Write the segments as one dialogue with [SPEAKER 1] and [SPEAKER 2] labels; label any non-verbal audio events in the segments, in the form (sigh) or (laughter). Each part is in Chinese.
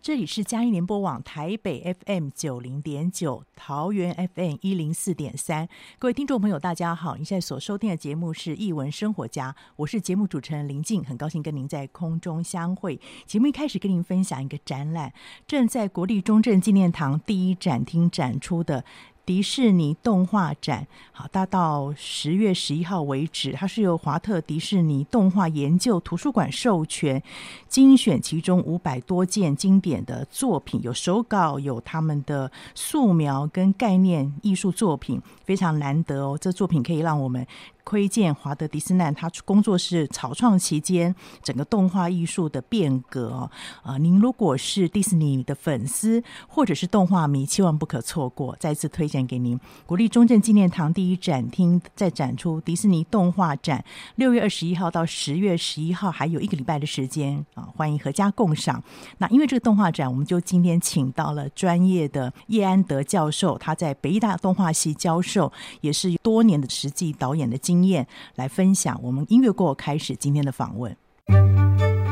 [SPEAKER 1] 这里是嘉义联播网台北 FM 九零点九，桃园 FM 一零四点三。各位听众朋友，大家好！您现在所收听的节目是《艺文生活家》，我是节目主持人林静，很高兴跟您在空中相会。节目一开始跟您分享一个展览，正在国立中正纪念堂第一展厅展出的。迪士尼动画展，好，它到十月十一号为止，它是由华特迪士尼动画研究图书馆授权，精选其中五百多件经典的作品，有手稿，有他们的素描跟概念艺术作品，非常难得哦。这作品可以让我们窥见华德迪斯奈他工作室草创期间整个动画艺术的变革哦。啊，您如果是迪士尼的粉丝或者是动画迷，千万不可错过。再次推荐给您，国立中正纪念堂第一展厅在展出迪士尼动画展，六月二十一号到十月十一号，还有一个礼拜的时间啊，欢迎合家共赏。那因为这个动画展，我们就今天请到了专业的叶安德教授，他在北医大动画系教授，也是有多年的实际导演的经验，来分享我们音乐过后开始今天的访问。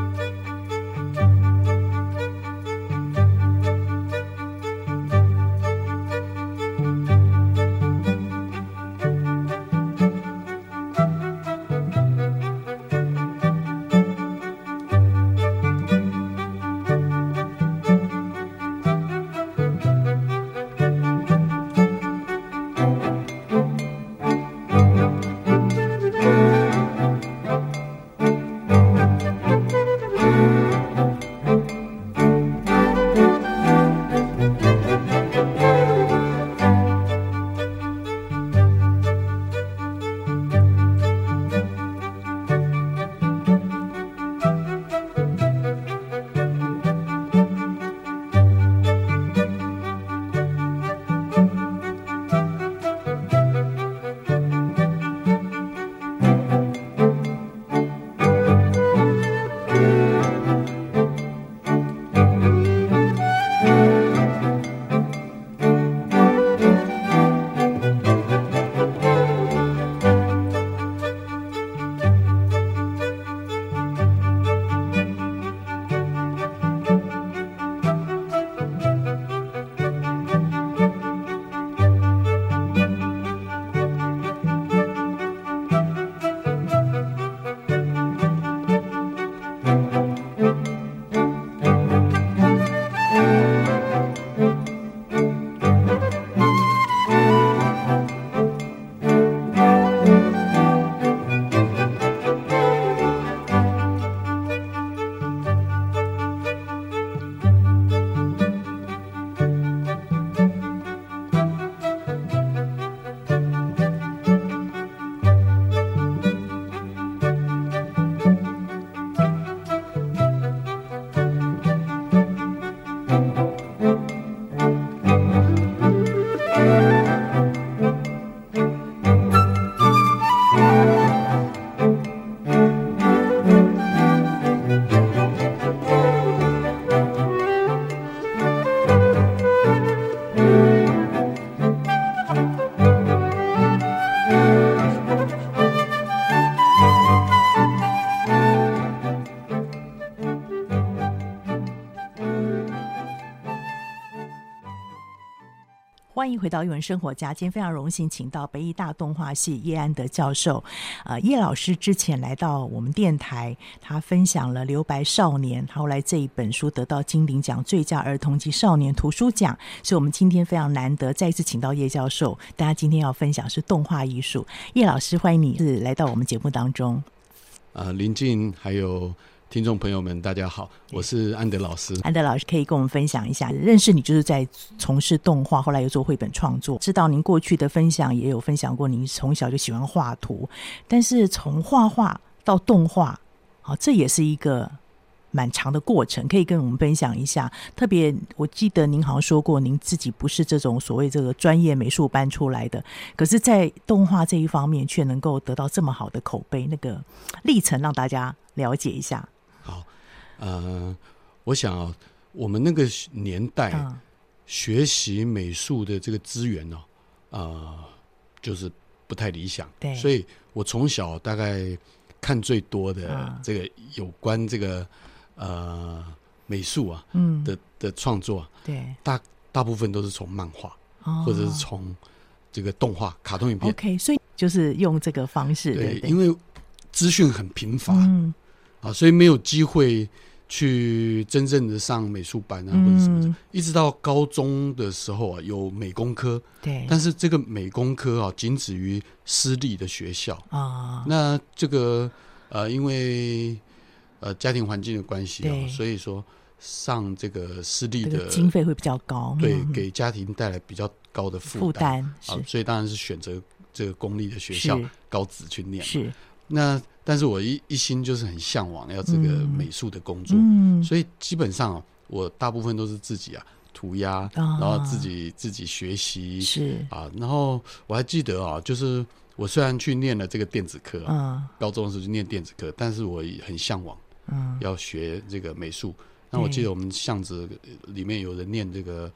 [SPEAKER 1] 欢迎回到《一文生活家》，今天非常荣幸请到北艺大动画系叶安德教授。呃，叶老师之前来到我们电台，他分享了《留白少年》，后来这一本书得到金鼎奖最佳儿童及少年图书奖，所以我们今天非常难得再一次请到叶教授。大家今天要分享是动画艺术，叶老师欢迎你是来到我们节目当中。
[SPEAKER 2] 啊、林静还有听众朋友们，大家好，我是安德老师。
[SPEAKER 1] 安德老师可以跟我们分享一下，认识你就是在从事动画，后来又做绘本创作。知道您过去的分享也有分享过，您从小就喜欢画图，但是从画画到动画，好、这也是一个蛮长的过程，可以跟我们分享一下。特别我记得您好像说过，您自己不是这种所谓这个专业美术班出来的，可是，在动画这一方面却能够得到这么好的口碑，那个历程让大家了解一下。
[SPEAKER 2] 好，呃，我想啊，我们那个年代、
[SPEAKER 1] 嗯
[SPEAKER 2] 学习美术的这个资源呢、啊，就是不太理想。
[SPEAKER 1] 对
[SPEAKER 2] 所以我从小大概看最多的
[SPEAKER 1] 啊
[SPEAKER 2] 这个有关这个呃美术啊
[SPEAKER 1] 嗯，
[SPEAKER 2] 的的创作啊，
[SPEAKER 1] 对，
[SPEAKER 2] 大大部分都是从漫画
[SPEAKER 1] 哦
[SPEAKER 2] 或者是从这个动画、卡通影片。
[SPEAKER 1] OK，所以就是用这个方式，对不，
[SPEAKER 2] 对
[SPEAKER 1] 对？
[SPEAKER 2] 因为资讯很贫乏。
[SPEAKER 1] 嗯
[SPEAKER 2] 啊，所以没有机会去真正的上美术班啊，或者什么的。
[SPEAKER 1] 嗯
[SPEAKER 2] 一直到高中的时候啊，有美工科，
[SPEAKER 1] 对
[SPEAKER 2] 但是这个美工科啊，仅止于私立的学校。
[SPEAKER 1] 啊，
[SPEAKER 2] 那这个呃，因为呃家庭环境的关系
[SPEAKER 1] 对
[SPEAKER 2] 啊，所以说上这个私立
[SPEAKER 1] 这
[SPEAKER 2] 的
[SPEAKER 1] 个经费会比较高，
[SPEAKER 2] 对
[SPEAKER 1] 嗯
[SPEAKER 2] 给家庭带来比较高的
[SPEAKER 1] 负
[SPEAKER 2] 负担
[SPEAKER 1] 担
[SPEAKER 2] 啊
[SPEAKER 1] 是，
[SPEAKER 2] 所以当然是选择这个公立的学校
[SPEAKER 1] 是
[SPEAKER 2] 高职去念。
[SPEAKER 1] 是
[SPEAKER 2] 那但是我一一心就是很向往要这个
[SPEAKER 1] 嗯
[SPEAKER 2] 美术的工作，
[SPEAKER 1] 嗯
[SPEAKER 2] 所以基本上、哦、我大部分都是自己啊涂鸦，然后自己自己学习
[SPEAKER 1] 是
[SPEAKER 2] 啊。然后我还记得啊，就是我虽然去念了这个电子科、啊，
[SPEAKER 1] 嗯
[SPEAKER 2] 高中的时候就念电子科，但是我也很向往
[SPEAKER 1] 嗯
[SPEAKER 2] 要学这个美术。那我
[SPEAKER 1] 对
[SPEAKER 2] 记得我们巷子里面有人念这个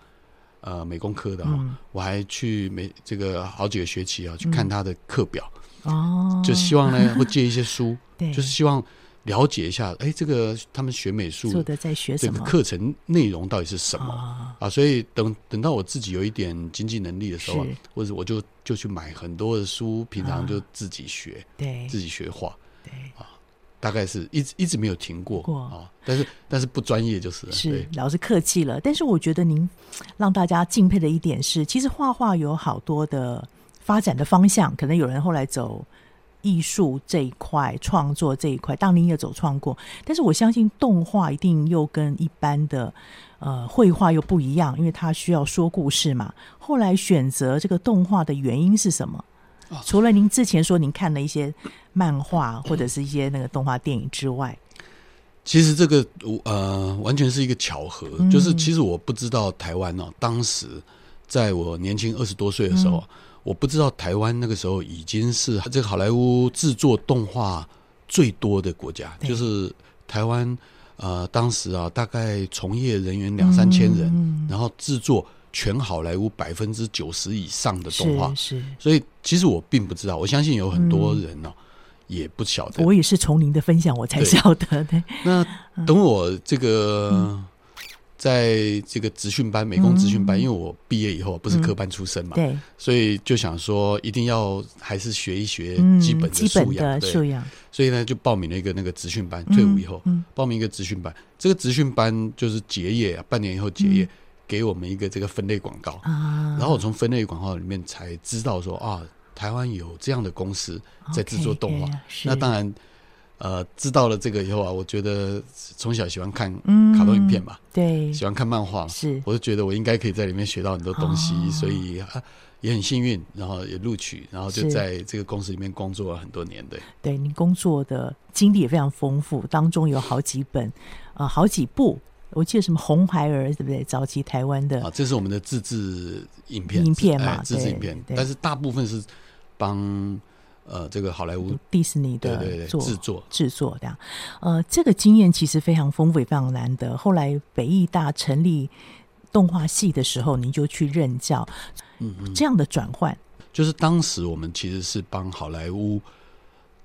[SPEAKER 2] 呃美工科的啊、
[SPEAKER 1] 嗯
[SPEAKER 2] 我还去美这个好几个学期啊去看
[SPEAKER 1] 嗯
[SPEAKER 2] 他的课表，
[SPEAKER 1] 哦，
[SPEAKER 2] 就希望呢会借一些书。
[SPEAKER 1] 对
[SPEAKER 2] 就是希望了解一下，哎，这个他们学美
[SPEAKER 1] 做
[SPEAKER 2] 术
[SPEAKER 1] 的在学
[SPEAKER 2] 这
[SPEAKER 1] 什
[SPEAKER 2] 个
[SPEAKER 1] 么
[SPEAKER 2] 课程内容到底是什么
[SPEAKER 1] 啊，
[SPEAKER 2] 啊？所以等等到我自己有一点经济能力的时
[SPEAKER 1] 是
[SPEAKER 2] 候啊，或者我就就去买很多的书，平
[SPEAKER 1] 啊
[SPEAKER 2] 常就自己学，
[SPEAKER 1] 对
[SPEAKER 2] 自己学画，
[SPEAKER 1] 对
[SPEAKER 2] 大概是一直一直没有停过
[SPEAKER 1] 过
[SPEAKER 2] 啊。但是但是不专业就是了
[SPEAKER 1] 是
[SPEAKER 2] 对
[SPEAKER 1] 老师客气了，但是我觉得您嗯让大家敬佩的一点是，其实画画有好多的发展的方向，可能有人后来走艺术这一块、创作这一块，当然您也走创过，但是我相信动画一定又跟一般的呃绘画又不一样，因为它需要说故事嘛。后来选择这个动画的原因是什么？
[SPEAKER 2] 哦
[SPEAKER 1] 除了您之前说您看了一些漫画或者是一些那个动画电影之外，
[SPEAKER 2] 其实这个呃完全是一个巧合，
[SPEAKER 1] 嗯
[SPEAKER 2] 就是其实我不知道台湾哦，当时在我年轻二十多岁的时候，
[SPEAKER 1] 嗯
[SPEAKER 2] 我不知道台湾那个时候已经是这个好莱坞制作动画最多的国家，
[SPEAKER 1] 对
[SPEAKER 2] 就是台湾呃当时啊大概从业人员两三千人，
[SPEAKER 1] 嗯嗯
[SPEAKER 2] 然后制作全好莱坞百分之九十以上的动画，
[SPEAKER 1] 是是。
[SPEAKER 2] 所以其实我并不知道，我相信有很多人哦、也不晓得
[SPEAKER 1] 我也是从您的分享我才晓得的。
[SPEAKER 2] 那
[SPEAKER 1] 嗯
[SPEAKER 2] 等我这个、在这个职训班，美工职训班，
[SPEAKER 1] 嗯
[SPEAKER 2] 因为我毕业以后不是科班出身嘛，
[SPEAKER 1] 对，
[SPEAKER 2] 所以就想说一定要还是学一学
[SPEAKER 1] 嗯，
[SPEAKER 2] 基本
[SPEAKER 1] 基
[SPEAKER 2] 的
[SPEAKER 1] 本
[SPEAKER 2] 素养，
[SPEAKER 1] 的素
[SPEAKER 2] 对。
[SPEAKER 1] 养。
[SPEAKER 2] 所以呢，就报名了一个那个职训班，退伍以后、
[SPEAKER 1] 嗯，
[SPEAKER 2] 报名一个职训班。这个职训班就是结业啊，半年以后结业，
[SPEAKER 1] 嗯
[SPEAKER 2] 给我们一个这个分类广告。
[SPEAKER 1] 嗯啊，
[SPEAKER 2] 然后我从分类广告里面才知道说啊，台湾有这样的公司在制作动画。
[SPEAKER 1] OK，是哎
[SPEAKER 2] 那当然，呃，知道了这个以后啊，我觉得从小喜欢看
[SPEAKER 1] 嗯
[SPEAKER 2] 卡通影片嘛，
[SPEAKER 1] 对，
[SPEAKER 2] 喜欢看漫画嘛，
[SPEAKER 1] 是
[SPEAKER 2] 我就觉得我应该可以在里面学到很多东西，
[SPEAKER 1] 哦
[SPEAKER 2] 所以啊也很幸运，然后也录取，然后就是在这个公司里面工作了很多年，对，
[SPEAKER 1] 对您工作的经历也非常丰富，当中有好几本，呃，好几部。我记得什么《红孩儿》对不对？早期台湾的
[SPEAKER 2] 啊，这是我们的自制影片，
[SPEAKER 1] 影片嘛
[SPEAKER 2] 哎自制
[SPEAKER 1] 对
[SPEAKER 2] 影片，
[SPEAKER 1] 对
[SPEAKER 2] 但是大部分是帮呃这个好莱坞
[SPEAKER 1] 迪士尼
[SPEAKER 2] 对
[SPEAKER 1] 的
[SPEAKER 2] 对对
[SPEAKER 1] 做
[SPEAKER 2] 制作，
[SPEAKER 1] 制作这样，呃，这个经验其实非常丰富，也非常难得。后来北艺大成立动画系的时候，您就去任教，
[SPEAKER 2] 嗯嗯，
[SPEAKER 1] 这样的转换，
[SPEAKER 2] 就是当时我们其实是帮好莱坞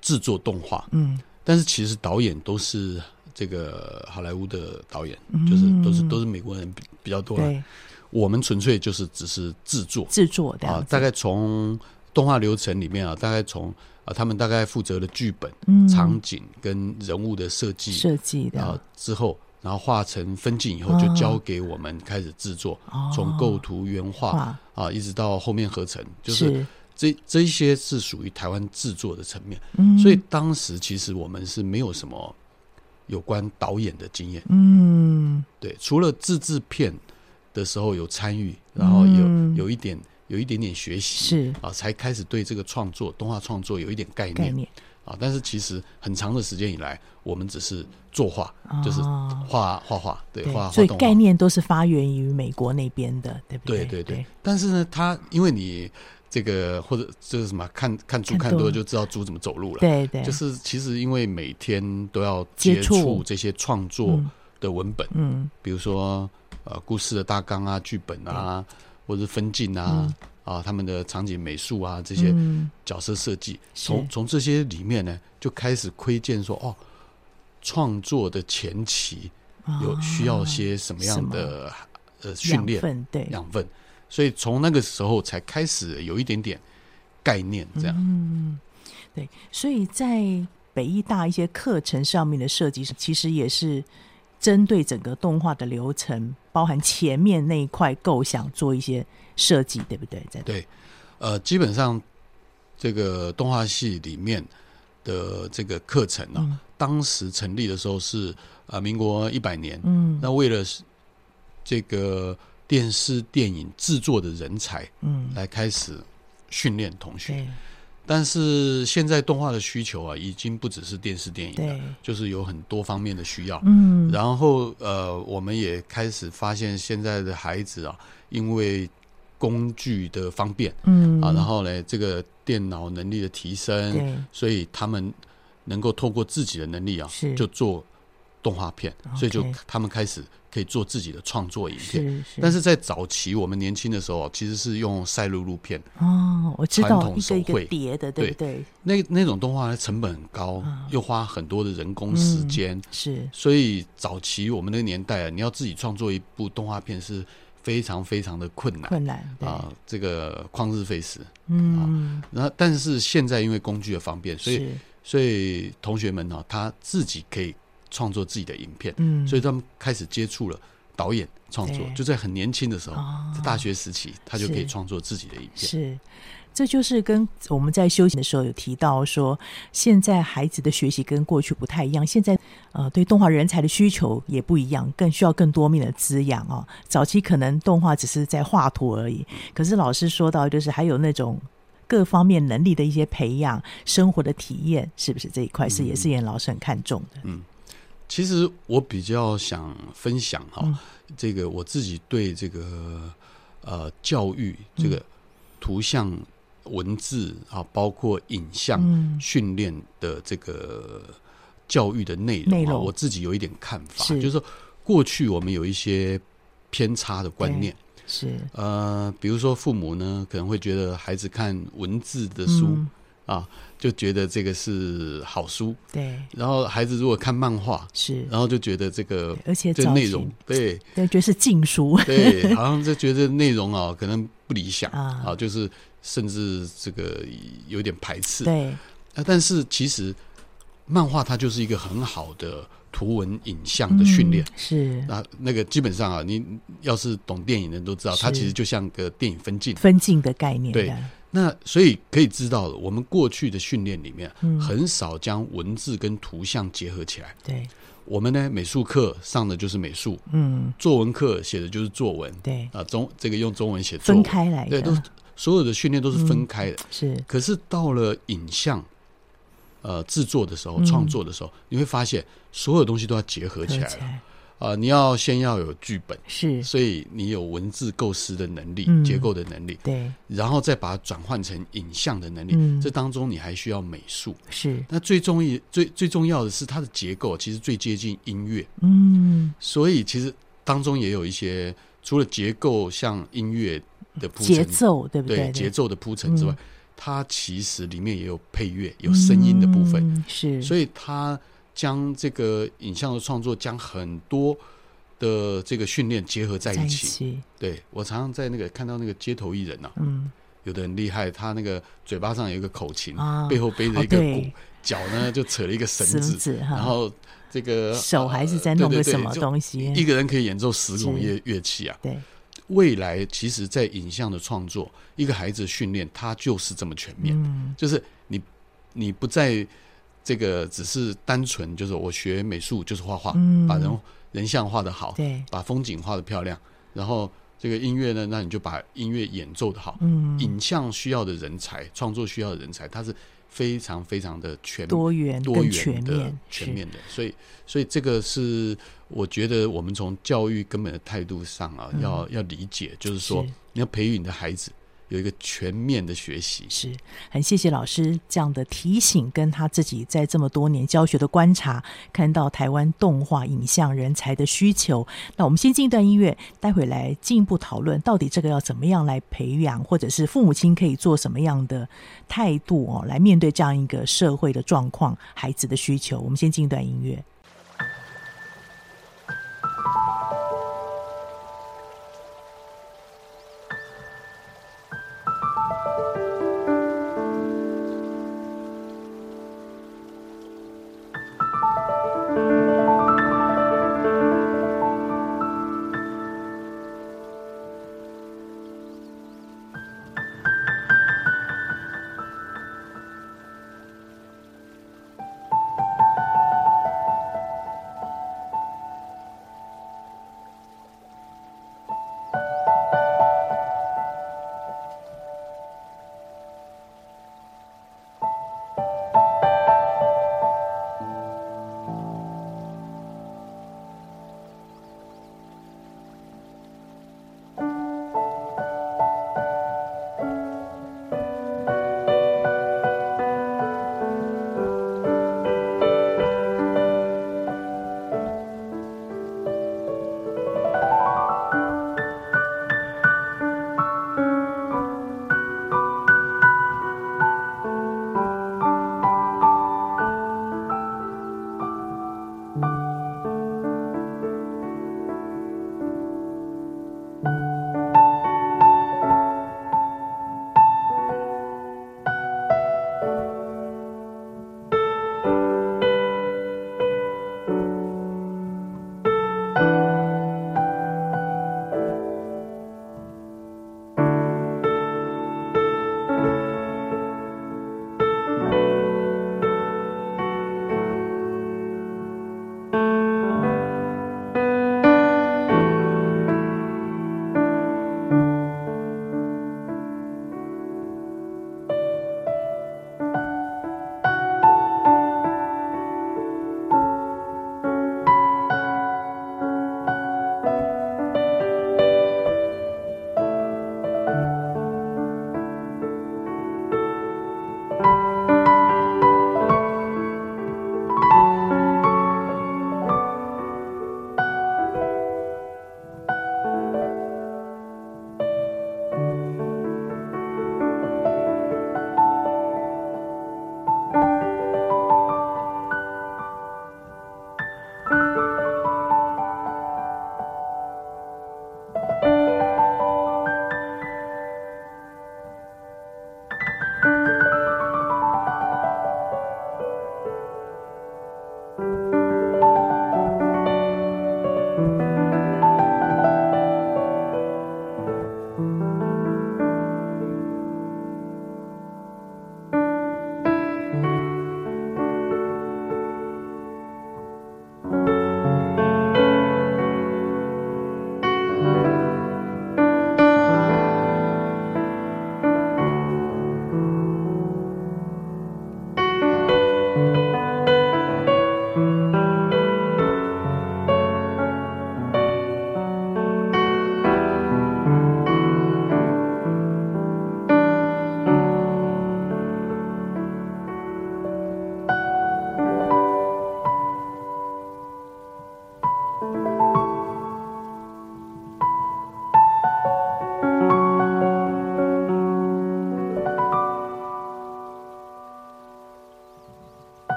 [SPEAKER 2] 制作动画，
[SPEAKER 1] 嗯，
[SPEAKER 2] 但是其实导演都是这个好莱坞的导演，就是都是都是美国人比比较多啦。
[SPEAKER 1] 嗯对，
[SPEAKER 2] 我们纯粹就是只是制作
[SPEAKER 1] 制作这样
[SPEAKER 2] 啊
[SPEAKER 1] 子，
[SPEAKER 2] 大概从动画流程里面啊，大概从啊他们大概负责的剧本、
[SPEAKER 1] 嗯
[SPEAKER 2] 场景跟人物的设计
[SPEAKER 1] 设计的
[SPEAKER 2] 啊之后。然后画成分镜以后，就
[SPEAKER 1] 哦
[SPEAKER 2] 交给我们开始制作，
[SPEAKER 1] 哦
[SPEAKER 2] 从构图、原画
[SPEAKER 1] 哇
[SPEAKER 2] 啊，一直到后面合成，就是
[SPEAKER 1] 是
[SPEAKER 2] 这这一些是属于台湾制作的层面。
[SPEAKER 1] 嗯
[SPEAKER 2] 所以当时其实我们是没有什么有关导演的经验，
[SPEAKER 1] 嗯
[SPEAKER 2] 对，除了自制片的时候有参与，然后有、
[SPEAKER 1] 嗯
[SPEAKER 2] 有一点有一点点学习，
[SPEAKER 1] 是
[SPEAKER 2] 啊，才开始对这个创作动画创作有一点概念
[SPEAKER 1] 概念，
[SPEAKER 2] 啊。但是其实很长的时间以来，我们只是作画，就是
[SPEAKER 1] 哦
[SPEAKER 2] 画画画，对，画
[SPEAKER 1] 所
[SPEAKER 2] 画
[SPEAKER 1] 以
[SPEAKER 2] 动画
[SPEAKER 1] 概。念都是发源于美国那边的，对不
[SPEAKER 2] 对
[SPEAKER 1] 对
[SPEAKER 2] 对对，但是呢，他因为你这个或者就是什么看看猪
[SPEAKER 1] 看
[SPEAKER 2] 看
[SPEAKER 1] 多
[SPEAKER 2] 多
[SPEAKER 1] 了
[SPEAKER 2] 了就知道猪怎么走路了，
[SPEAKER 1] 对对，
[SPEAKER 2] 就是其实因为每天都要
[SPEAKER 1] 接
[SPEAKER 2] 接
[SPEAKER 1] 触
[SPEAKER 2] 触这些创作
[SPEAKER 1] 嗯
[SPEAKER 2] 的文本，
[SPEAKER 1] 嗯
[SPEAKER 2] 比如说呃故事的大纲啊、剧本啊，或者是分镜啊、啊他们的场景美术啊这些
[SPEAKER 1] 嗯
[SPEAKER 2] 角色设计，
[SPEAKER 1] 是
[SPEAKER 2] 从从这些里面呢就开始窥见说哦，创作的前期
[SPEAKER 1] 啊
[SPEAKER 2] 有需要些什么样的、呃训
[SPEAKER 1] 养
[SPEAKER 2] 练
[SPEAKER 1] 分对
[SPEAKER 2] 养分，所以从那个时候才开始有一点点概念这样。
[SPEAKER 1] 嗯，对，所以在北医大一些课程上面的设计，其实也是针对整个动画的流程，包含前面那一块构想做一些设计，对不对？在
[SPEAKER 2] 对，呃，基本上这个动画系里面的这个课程呢、
[SPEAKER 1] 嗯
[SPEAKER 2] 当时成立的时候是呃民国一百年，
[SPEAKER 1] 嗯
[SPEAKER 2] 那为了是这个电视电影制作的人才
[SPEAKER 1] 嗯，
[SPEAKER 2] 来开始训练同学，
[SPEAKER 1] 对
[SPEAKER 2] 但是现在动画的需求啊，已经不只是电视电影了，
[SPEAKER 1] 对，
[SPEAKER 2] 就是有很多方面的需要。
[SPEAKER 1] 嗯，
[SPEAKER 2] 然后呃，我们也开始发现现在的孩子啊，因为工具的方便，
[SPEAKER 1] 嗯
[SPEAKER 2] 啊，然后呢，这个电脑能力的提升，
[SPEAKER 1] 对
[SPEAKER 2] 所以他们能够透过自己的能力啊
[SPEAKER 1] 是，
[SPEAKER 2] 就做动画片，
[SPEAKER 1] OK
[SPEAKER 2] 所以就他们开始可以做自己的创作影片。
[SPEAKER 1] 是是，
[SPEAKER 2] 但是在早期我们年轻的时候啊，其实是用赛璐璐片，
[SPEAKER 1] 哦，我知道
[SPEAKER 2] 传统
[SPEAKER 1] 一个一
[SPEAKER 2] 手
[SPEAKER 1] 个
[SPEAKER 2] 绘
[SPEAKER 1] 叠的，对不对？
[SPEAKER 2] 那那种动画呢成本很高
[SPEAKER 1] 啊，嗯
[SPEAKER 2] 又花很多的人工时间，
[SPEAKER 1] 是
[SPEAKER 2] 所以早期我们那个年代啊，你要自己创作一部动画片是非常非常的困难
[SPEAKER 1] 困难，对，
[SPEAKER 2] 啊，这个旷日费时。
[SPEAKER 1] 嗯，
[SPEAKER 2] 然后，但是现在因为工具的方便，所以
[SPEAKER 1] 是
[SPEAKER 2] 所以同学们呢、啊他自己可以创作自己的影片，
[SPEAKER 1] 嗯，
[SPEAKER 2] 所以他们开始接触了导演创作
[SPEAKER 1] 对，
[SPEAKER 2] 就在很年轻的时候，
[SPEAKER 1] 哦
[SPEAKER 2] 在大学时期，他就是可以创作自己的影片。
[SPEAKER 1] 是，这就是跟我们在修行的时候有提到说，现在孩子的学习跟过去不太一样，现在呃对动画人才的需求也不一样，更需要更多面的滋养哦。早期可能动画只是在画图而已，可是老师说到就是还有那种。各方面能力的一些培养，生活的体验，是不是这一块是也是严老师很看重的？
[SPEAKER 2] 其实我比较想分享哈、
[SPEAKER 1] 嗯
[SPEAKER 2] 这个我自己对这个呃教育
[SPEAKER 1] 嗯
[SPEAKER 2] 这个图像、文字啊，包括影像
[SPEAKER 1] 嗯
[SPEAKER 2] 训练的这个教育的内容,、啊
[SPEAKER 1] 内容
[SPEAKER 2] 我自己有一点看法，
[SPEAKER 1] 是
[SPEAKER 2] 就是说过去我们有一些偏差的观念，
[SPEAKER 1] 是
[SPEAKER 2] 呃，比如说父母呢可能会觉得孩子看文字的书、
[SPEAKER 1] 嗯
[SPEAKER 2] 啊，就觉得这个是好书，
[SPEAKER 1] 对，
[SPEAKER 2] 然后孩子如果看漫画。
[SPEAKER 1] 是，
[SPEAKER 2] 然后就觉得这个
[SPEAKER 1] 而且
[SPEAKER 2] 呃这
[SPEAKER 1] 早
[SPEAKER 2] 内
[SPEAKER 1] 期
[SPEAKER 2] 容，对
[SPEAKER 1] 对，就是禁书 (laughs)
[SPEAKER 2] 对，好像就觉得内容啊可能不理想
[SPEAKER 1] 啊
[SPEAKER 2] 啊，就是甚至这个有点排斥。
[SPEAKER 1] 对，
[SPEAKER 2] 啊但是其实漫画它就是一个很好的图文影像的训练
[SPEAKER 1] 嗯。是
[SPEAKER 2] 那那个基本上啊，你要是懂电影的人都知道，它
[SPEAKER 1] 是
[SPEAKER 2] 其实就像个电影分镜。
[SPEAKER 1] 分镜的概念，
[SPEAKER 2] 对
[SPEAKER 1] 的，
[SPEAKER 2] 那所以可以知道，我们过去的训练里面
[SPEAKER 1] 嗯
[SPEAKER 2] 很少将文字跟图像结合起来。
[SPEAKER 1] 对，
[SPEAKER 2] 我们呢，美术课上的就是美术，
[SPEAKER 1] 嗯，
[SPEAKER 2] 作文课写的就是作文，
[SPEAKER 1] 对，
[SPEAKER 2] 啊，中这个用中文写作
[SPEAKER 1] 分
[SPEAKER 2] 文，
[SPEAKER 1] 开来的，嗯
[SPEAKER 2] 对，都所有的训练都是分开的。
[SPEAKER 1] 是
[SPEAKER 2] 可是到了影像，呃，制作的时候、
[SPEAKER 1] 嗯
[SPEAKER 2] 创作的时候，你会发现所有东西都要结合
[SPEAKER 1] 合
[SPEAKER 2] 起
[SPEAKER 1] 起
[SPEAKER 2] 来了。啊、你要先要有剧本，
[SPEAKER 1] 是，
[SPEAKER 2] 所以你有文字构思的能力、
[SPEAKER 1] 嗯
[SPEAKER 2] 结构的能力，
[SPEAKER 1] 对，
[SPEAKER 2] 然后再把它转换成影像的能力。
[SPEAKER 1] 嗯
[SPEAKER 2] 这当中你还需要美术。
[SPEAKER 1] 是，
[SPEAKER 2] 那最重要、最最重要的是它的结构其实最接近音乐，
[SPEAKER 1] 嗯，
[SPEAKER 2] 所以其实当中也有一些除了结构像音乐的铺
[SPEAKER 1] 节
[SPEAKER 2] 陈，
[SPEAKER 1] 奏对不嗯
[SPEAKER 2] 对节
[SPEAKER 1] 节
[SPEAKER 2] 奏的铺陈之外，它其实里面也有配乐，有声音的部分，
[SPEAKER 1] 嗯是，
[SPEAKER 2] 所
[SPEAKER 1] 以
[SPEAKER 2] 以它将这个影像的创作将很多的这个训练结合在
[SPEAKER 1] 在
[SPEAKER 2] 一
[SPEAKER 1] 一
[SPEAKER 2] 起。
[SPEAKER 1] 起，
[SPEAKER 2] 对我常常在那个看到那个街头艺人呐、啊，
[SPEAKER 1] 嗯，
[SPEAKER 2] 有的很厉害，他那个嘴巴上有一个口琴，
[SPEAKER 1] 啊
[SPEAKER 2] 背后背着
[SPEAKER 1] 哦
[SPEAKER 2] 一个鼓，
[SPEAKER 1] 对
[SPEAKER 2] 脚呢就扯了一个绳
[SPEAKER 1] 绳
[SPEAKER 2] 子，
[SPEAKER 1] 子哈
[SPEAKER 2] 然后这个
[SPEAKER 1] 手还是在
[SPEAKER 2] 呃
[SPEAKER 1] 弄
[SPEAKER 2] 对
[SPEAKER 1] 个
[SPEAKER 2] 对
[SPEAKER 1] 什
[SPEAKER 2] 对
[SPEAKER 1] 么
[SPEAKER 2] 就
[SPEAKER 1] 东西
[SPEAKER 2] 一个人可以演奏十种
[SPEAKER 1] 是
[SPEAKER 2] 乐乐器啊。
[SPEAKER 1] 对，
[SPEAKER 2] 未来其实，在影像的创作，一个孩子训练他就是这么全面，
[SPEAKER 1] 嗯，
[SPEAKER 2] 就是你你不再这个只是单纯就是我学美术就是画画，
[SPEAKER 1] 嗯
[SPEAKER 2] 把人人像画的好，
[SPEAKER 1] 对，
[SPEAKER 2] 把风景画的漂亮，然后这个音乐呢，那你就把音乐演奏的好。
[SPEAKER 1] 嗯，
[SPEAKER 2] 影像需要的人才，创作需要的人才，他是非常非常的全
[SPEAKER 1] 多元
[SPEAKER 2] 多
[SPEAKER 1] 更
[SPEAKER 2] 元
[SPEAKER 1] 全
[SPEAKER 2] 的
[SPEAKER 1] 面，
[SPEAKER 2] 全
[SPEAKER 1] 是
[SPEAKER 2] 面的，所以所以这个是我觉得我们从教育根本的态度上啊，要要理解，就是说
[SPEAKER 1] 嗯是
[SPEAKER 2] 你要培育你的孩子有一个全面的学习。
[SPEAKER 1] 是很谢谢老师这样的提醒，跟他自己在这么多年教学的观察，看到台湾动画影像人才的需求。那我们先进一段音乐，待会来进一步讨论到底这个要怎么样来培养，或者是父母亲可以做什么样的态度哦，来面对这样一个社会的状况、孩子的需求。我们先进一段音乐。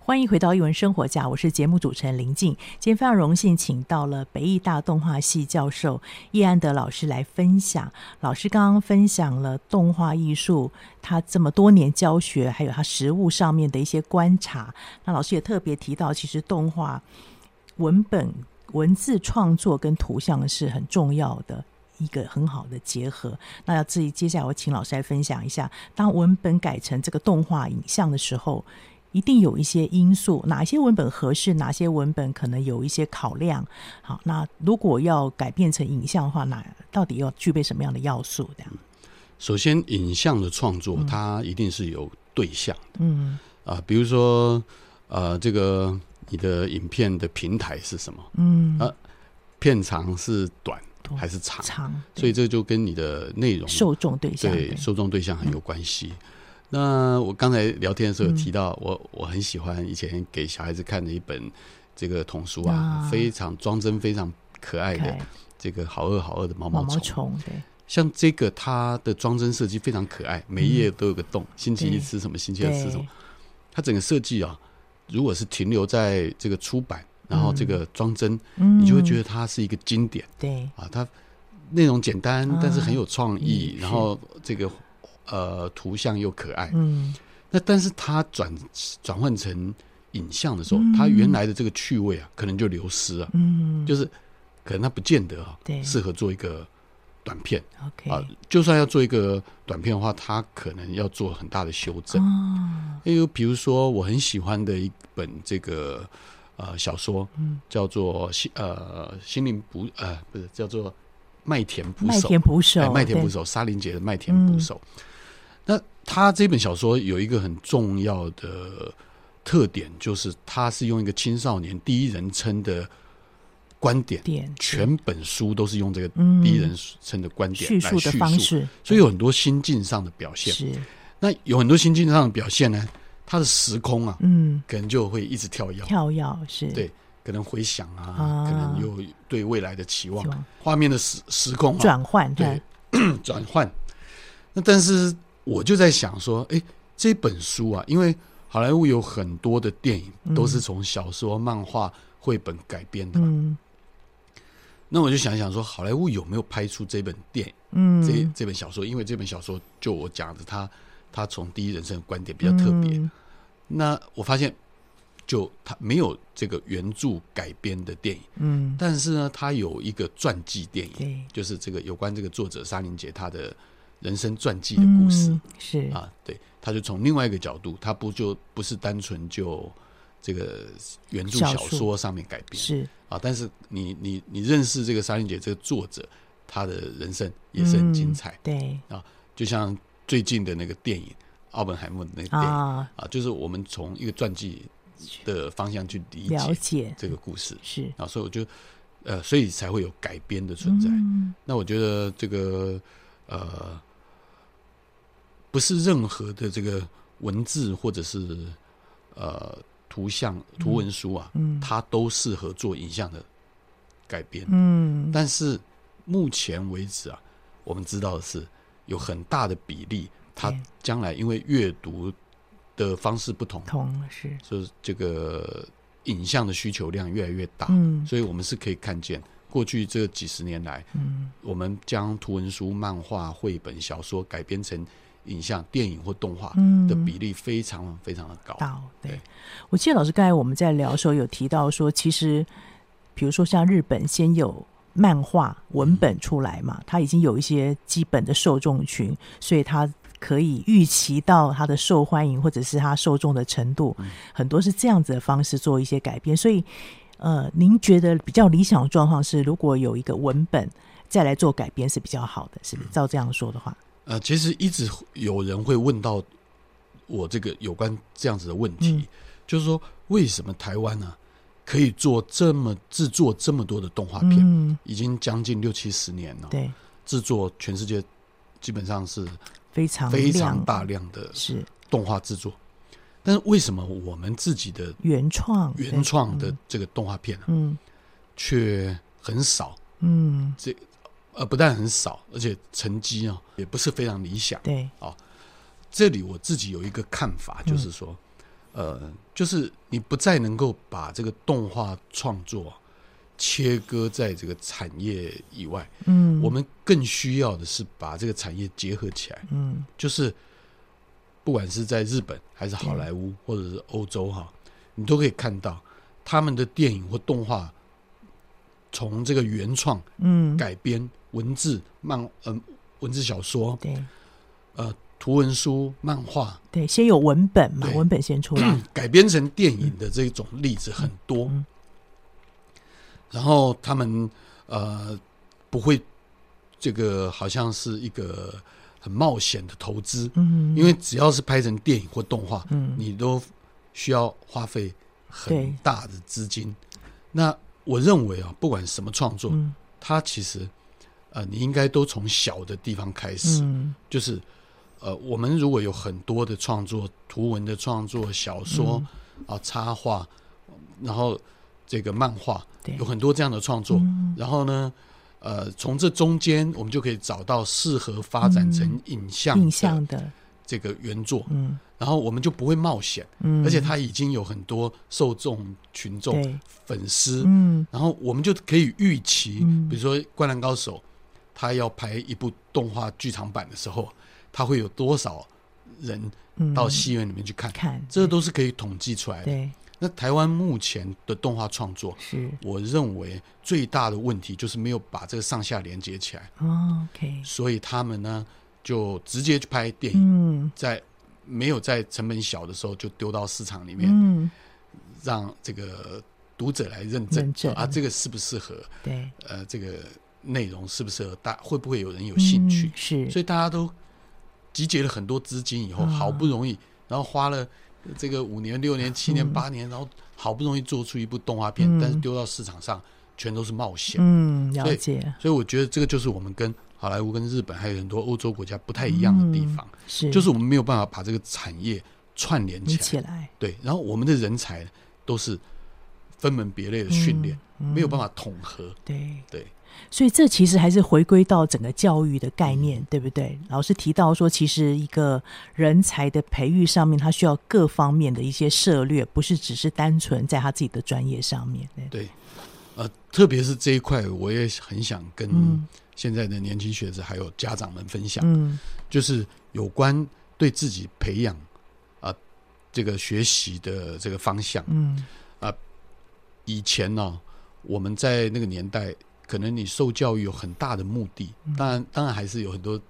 [SPEAKER 1] 欢迎回到《一文生活家》，我是节目主持人林静。今天非常荣幸请到了北艺大动画系教授叶安德老师来分享。老师刚刚分享了动画艺术，他这么多年教学，还有他实物上面的一些观察。那老师也特别提到，其实动画文本、文字创作跟图像是很重要的。一个很好的结合。那要自己接下来，我请老师来分享一下，当文本改成这个动画影像的时候，一定有一些因素，哪些文本合适，哪些文本可能有一些考量。好，那如果要改变成影像的话，哪到底要具备什么样的要素？这样，
[SPEAKER 2] 嗯首先，影像的创作它一定是有对象的
[SPEAKER 1] 嗯
[SPEAKER 2] 啊、比如说呃，这个你的影片的平台是什么，
[SPEAKER 1] 嗯，
[SPEAKER 2] 啊片长是短
[SPEAKER 1] 短
[SPEAKER 2] 还是长，
[SPEAKER 1] 长，
[SPEAKER 2] 所以
[SPEAKER 1] 对
[SPEAKER 2] 这就跟你的内容
[SPEAKER 1] 受众对象
[SPEAKER 2] 对受众对象很有关系。那我刚才聊天的时候有提到，我我很喜欢以前给小孩子看的一本这个童书啊，
[SPEAKER 1] 啊
[SPEAKER 2] 非常装帧非常可爱的
[SPEAKER 1] 对
[SPEAKER 2] 这个好饿好饿的毛
[SPEAKER 1] 毛
[SPEAKER 2] 毛
[SPEAKER 1] 毛
[SPEAKER 2] 虫，
[SPEAKER 1] 虫，对，
[SPEAKER 2] 像这个它的装帧设计非常可爱，每一页都有个洞，星期一
[SPEAKER 1] 嗯对
[SPEAKER 2] 吃什么，星期二吃什么
[SPEAKER 1] 对，，
[SPEAKER 2] 它整个设计啊，如果是停留在这个出版，然后这个装帧，
[SPEAKER 1] 嗯
[SPEAKER 2] 你就会觉得它是一个经典。
[SPEAKER 1] 对，
[SPEAKER 2] 啊，它内容简单
[SPEAKER 1] 啊，
[SPEAKER 2] 但是很有创意，
[SPEAKER 1] 嗯是
[SPEAKER 2] 然后这个呃图像又可爱。
[SPEAKER 1] 嗯，
[SPEAKER 2] 那但是它转转换成影像的时候，
[SPEAKER 1] 嗯
[SPEAKER 2] 它原来的这个趣味啊，可能就流失啊，
[SPEAKER 1] 嗯
[SPEAKER 2] 就是可能它不见得啊
[SPEAKER 1] 对，
[SPEAKER 2] 适合做一个短片
[SPEAKER 1] ，OK，
[SPEAKER 2] 啊。就算要做一个短片的话，它可能要做很大的修正。
[SPEAKER 1] 哦，
[SPEAKER 2] 因为比如说我很喜欢的一本这个呃小说，
[SPEAKER 1] 嗯
[SPEAKER 2] 叫做心呃心灵捕呃不是叫做麦田捕
[SPEAKER 1] 麦
[SPEAKER 2] 手，
[SPEAKER 1] 田捕手
[SPEAKER 2] 哎，麦田捕
[SPEAKER 1] 对，嗯
[SPEAKER 2] 手，沙林杰的麦田捕手。那他这本小说有一个很重要的特点，就是他是用一个青少年第一人称的观点，
[SPEAKER 1] 点
[SPEAKER 2] 全本书都是用这个
[SPEAKER 1] 嗯
[SPEAKER 2] 第一人称的观点
[SPEAKER 1] 叙
[SPEAKER 2] 来
[SPEAKER 1] 述的方式，
[SPEAKER 2] 所以有很多心境上的表现。
[SPEAKER 1] 是，
[SPEAKER 2] 那有很多心境上的表现呢，它的时空啊，
[SPEAKER 1] 嗯，
[SPEAKER 2] 可能就会一直跳跃，
[SPEAKER 1] 跳跃是，
[SPEAKER 2] 对，可能回想啊，
[SPEAKER 1] 啊
[SPEAKER 2] 可能又对未来的期望
[SPEAKER 1] 希，望
[SPEAKER 2] 画面的时时空啊，
[SPEAKER 1] 转换，
[SPEAKER 2] 对， (clears throat) 转换。那但是我就在想说，诶，这本书啊，因为好莱坞有很多的电影都是从小说、漫画、绘本改编的嘛，
[SPEAKER 1] 嗯嗯
[SPEAKER 2] 那我就想一想说，好莱坞有没有拍出这本电影？
[SPEAKER 1] 嗯，
[SPEAKER 2] 这这本小说，因为这本小说就我讲的，它它从第一人称的观点比较特别，
[SPEAKER 1] 嗯
[SPEAKER 2] 那我发现，就它没有这个原著改编的电影，
[SPEAKER 1] 嗯，
[SPEAKER 2] 但是呢，它有一个传记电影，
[SPEAKER 1] 对，
[SPEAKER 2] 就是这个有关这个作者沙林杰他的人生传记的故事、
[SPEAKER 1] 嗯是
[SPEAKER 2] 啊。对，他就从另外一个角度，他不就不是单纯就这个原著小
[SPEAKER 1] 小说
[SPEAKER 2] 说上面改编
[SPEAKER 1] 是
[SPEAKER 2] 啊，但是你你你认识这个沙林杰这个作者，他的人生也是很精彩，啊
[SPEAKER 1] 嗯对
[SPEAKER 2] 就像最近的那个电影《奥本海默》的那个电影。
[SPEAKER 1] 啊，
[SPEAKER 2] 啊，就是我们从一个传记的方向去理
[SPEAKER 1] 了
[SPEAKER 2] 解
[SPEAKER 1] 解
[SPEAKER 2] 这个故事
[SPEAKER 1] 是
[SPEAKER 2] 啊，所以我就呃，所以才会有改编的存在。
[SPEAKER 1] 嗯
[SPEAKER 2] 那我觉得这个呃，不是任何的这个文字或者是呃图像图文书啊，
[SPEAKER 1] 嗯
[SPEAKER 2] 它都适合做影像的改编。
[SPEAKER 1] 嗯，
[SPEAKER 2] 但是目前为止啊，我们知道的是有很大的比例，它
[SPEAKER 1] 对
[SPEAKER 2] 将来因为阅读的方式不同，
[SPEAKER 1] 同了是
[SPEAKER 2] 就是这个影像的需求量越来越大，
[SPEAKER 1] 嗯
[SPEAKER 2] 所以我们是可以看见过去这几十年来，
[SPEAKER 1] 嗯
[SPEAKER 2] 我们将图文书、漫画、绘本、小说改编成影像、电影或动画
[SPEAKER 1] 嗯
[SPEAKER 2] 的比例非常非常的高。
[SPEAKER 1] 到对
[SPEAKER 2] 对，
[SPEAKER 1] 我记得老师刚才我们在聊的时候有提到说，其实比如说像日本先有。漫画文本出来嘛，它已经有一些基本的受众群，所以它可以预期到它的受欢迎或者是它受众的程度，
[SPEAKER 2] 嗯
[SPEAKER 1] 很多是这样子的方式做一些改变。所以，呃，您觉得比较理想的状况是，如果有一个文本再来做改编是比较好的，
[SPEAKER 2] 嗯
[SPEAKER 1] 是不是？照这样说的话，
[SPEAKER 2] 呃，其实一直有人会问到我这个有关这样子的问题，
[SPEAKER 1] 嗯
[SPEAKER 2] 就是说为什么台湾呢、可以做这么制作这么多的动画片，
[SPEAKER 1] 嗯，
[SPEAKER 2] 已经将近六七十年了，
[SPEAKER 1] 对，
[SPEAKER 2] 制作全世界基本上是
[SPEAKER 1] 非常
[SPEAKER 2] 非
[SPEAKER 1] 亮
[SPEAKER 2] 常大量的
[SPEAKER 1] 是
[SPEAKER 2] 动画制作，但是为什么我们自己的
[SPEAKER 1] 原创，对
[SPEAKER 2] 原创的，这个动画片啊
[SPEAKER 1] 嗯
[SPEAKER 2] 却很少？
[SPEAKER 1] 嗯，
[SPEAKER 2] 呃，不但很少，而且成绩啊也不是非常理想。
[SPEAKER 1] 对，嗯
[SPEAKER 2] 这里我自己有一个看法，就是说，呃，就是你不再能够把这个动画创作切割在这个产业以外，
[SPEAKER 1] 嗯，
[SPEAKER 2] 我们更需要的是把这个产业结合起来，
[SPEAKER 1] 嗯
[SPEAKER 2] 就是不管是在日本还是好莱坞或者是欧洲哈，你都可以看到他们的电影或动画从这个原创
[SPEAKER 1] 嗯，
[SPEAKER 2] 改编文字漫嗯、文字小说
[SPEAKER 1] 对
[SPEAKER 2] 呃图文书漫画
[SPEAKER 1] 对，先有文本嘛，
[SPEAKER 2] 对
[SPEAKER 1] 文本先出来，
[SPEAKER 2] 改编成电影的这种例子很多，
[SPEAKER 1] 嗯
[SPEAKER 2] 然后他们呃不会这个好像是一个很冒险的投资，
[SPEAKER 1] 嗯，
[SPEAKER 2] 因为只要是拍成电影或动画，
[SPEAKER 1] 嗯
[SPEAKER 2] 你都需要花费很
[SPEAKER 1] 对
[SPEAKER 2] 大的资金。那我认为啊，不管什么创作，
[SPEAKER 1] 嗯
[SPEAKER 2] 它其实呃，你应该都从小的地方开始，
[SPEAKER 1] 嗯
[SPEAKER 2] 就是呃，我们如果有很多的创作，图文的创作、小说啊、插画，然后这个漫画，
[SPEAKER 1] 对
[SPEAKER 2] 有很多这样的创作，然后呢。呃，从这中间我们就可以找到适合发展成嗯影像
[SPEAKER 1] 嗯印
[SPEAKER 2] 的
[SPEAKER 1] 象的，
[SPEAKER 2] 这个原作，
[SPEAKER 1] 嗯
[SPEAKER 2] 然后我们就不会冒险，
[SPEAKER 1] 嗯，
[SPEAKER 2] 而且它已经有很多受众群众
[SPEAKER 1] 对，
[SPEAKER 2] 粉丝，
[SPEAKER 1] 嗯
[SPEAKER 2] 然后我们就可以预期，
[SPEAKER 1] 嗯
[SPEAKER 2] 比如说《灌篮高手》，他要拍一部动画剧场版的时候，他会有多少人
[SPEAKER 1] 嗯，
[SPEAKER 2] 到戏院里面去看，
[SPEAKER 1] 看，
[SPEAKER 2] 这都是可以统计出来的。
[SPEAKER 1] 对
[SPEAKER 2] 那台湾目前的动画创作，
[SPEAKER 1] 是
[SPEAKER 2] 我认为最大的问题就是没有把这个上下连接起来，
[SPEAKER 1] 哦，OK，
[SPEAKER 2] 所以他们呢就直接去拍电影，
[SPEAKER 1] 嗯
[SPEAKER 2] 在没有在成本小的时候就丢到市场里面，
[SPEAKER 1] 嗯，
[SPEAKER 2] 让这个读者来认证
[SPEAKER 1] 认证
[SPEAKER 2] 啊，这个适不适合？
[SPEAKER 1] 对，
[SPEAKER 2] 呃，这个内容适不适合大？会不会有人有
[SPEAKER 1] 嗯
[SPEAKER 2] 兴趣？
[SPEAKER 1] 是，
[SPEAKER 2] 所以大家都集结了很多资金以后，
[SPEAKER 1] 啊
[SPEAKER 2] 好不容易，然后花了这个五年、六年、七年、
[SPEAKER 1] 嗯
[SPEAKER 2] 八年，然后好不容易做出一部动画片，
[SPEAKER 1] 嗯
[SPEAKER 2] 但是丢到市场上全都是冒险。
[SPEAKER 1] 嗯，
[SPEAKER 2] 所
[SPEAKER 1] 了
[SPEAKER 2] 以
[SPEAKER 1] 解，
[SPEAKER 2] 所以我觉得这个就是我们跟好莱坞、跟日本还有很多欧洲国家不太一样的
[SPEAKER 1] 嗯
[SPEAKER 2] 地方，
[SPEAKER 1] 是，
[SPEAKER 2] 就是我们没有办法把这个产业串联
[SPEAKER 1] 你
[SPEAKER 2] 起来。
[SPEAKER 1] 起来，
[SPEAKER 2] 对，然后我们的人才都是分门别类的训练，
[SPEAKER 1] 嗯
[SPEAKER 2] 没有办法统合。
[SPEAKER 1] 对。
[SPEAKER 2] 对，
[SPEAKER 1] 所以这其实还是回归到整个教育的
[SPEAKER 2] 嗯
[SPEAKER 1] 概念，对不对？老师提到说，其实一个人才的培育上面，他需要各方面的一些涉略，不是只是单纯在他自己的专业上面。对，
[SPEAKER 2] 对，呃，特别是这一块，我也很想跟
[SPEAKER 1] 嗯
[SPEAKER 2] 现在的年轻学子还有家长们分享，
[SPEAKER 1] 嗯
[SPEAKER 2] 就是有关对自己培养啊、呃这个学习的这个方向。
[SPEAKER 1] 嗯，
[SPEAKER 2] 以前呢、我们在那个年代，可能你受教育有很大的目的，当然，当然还是有很多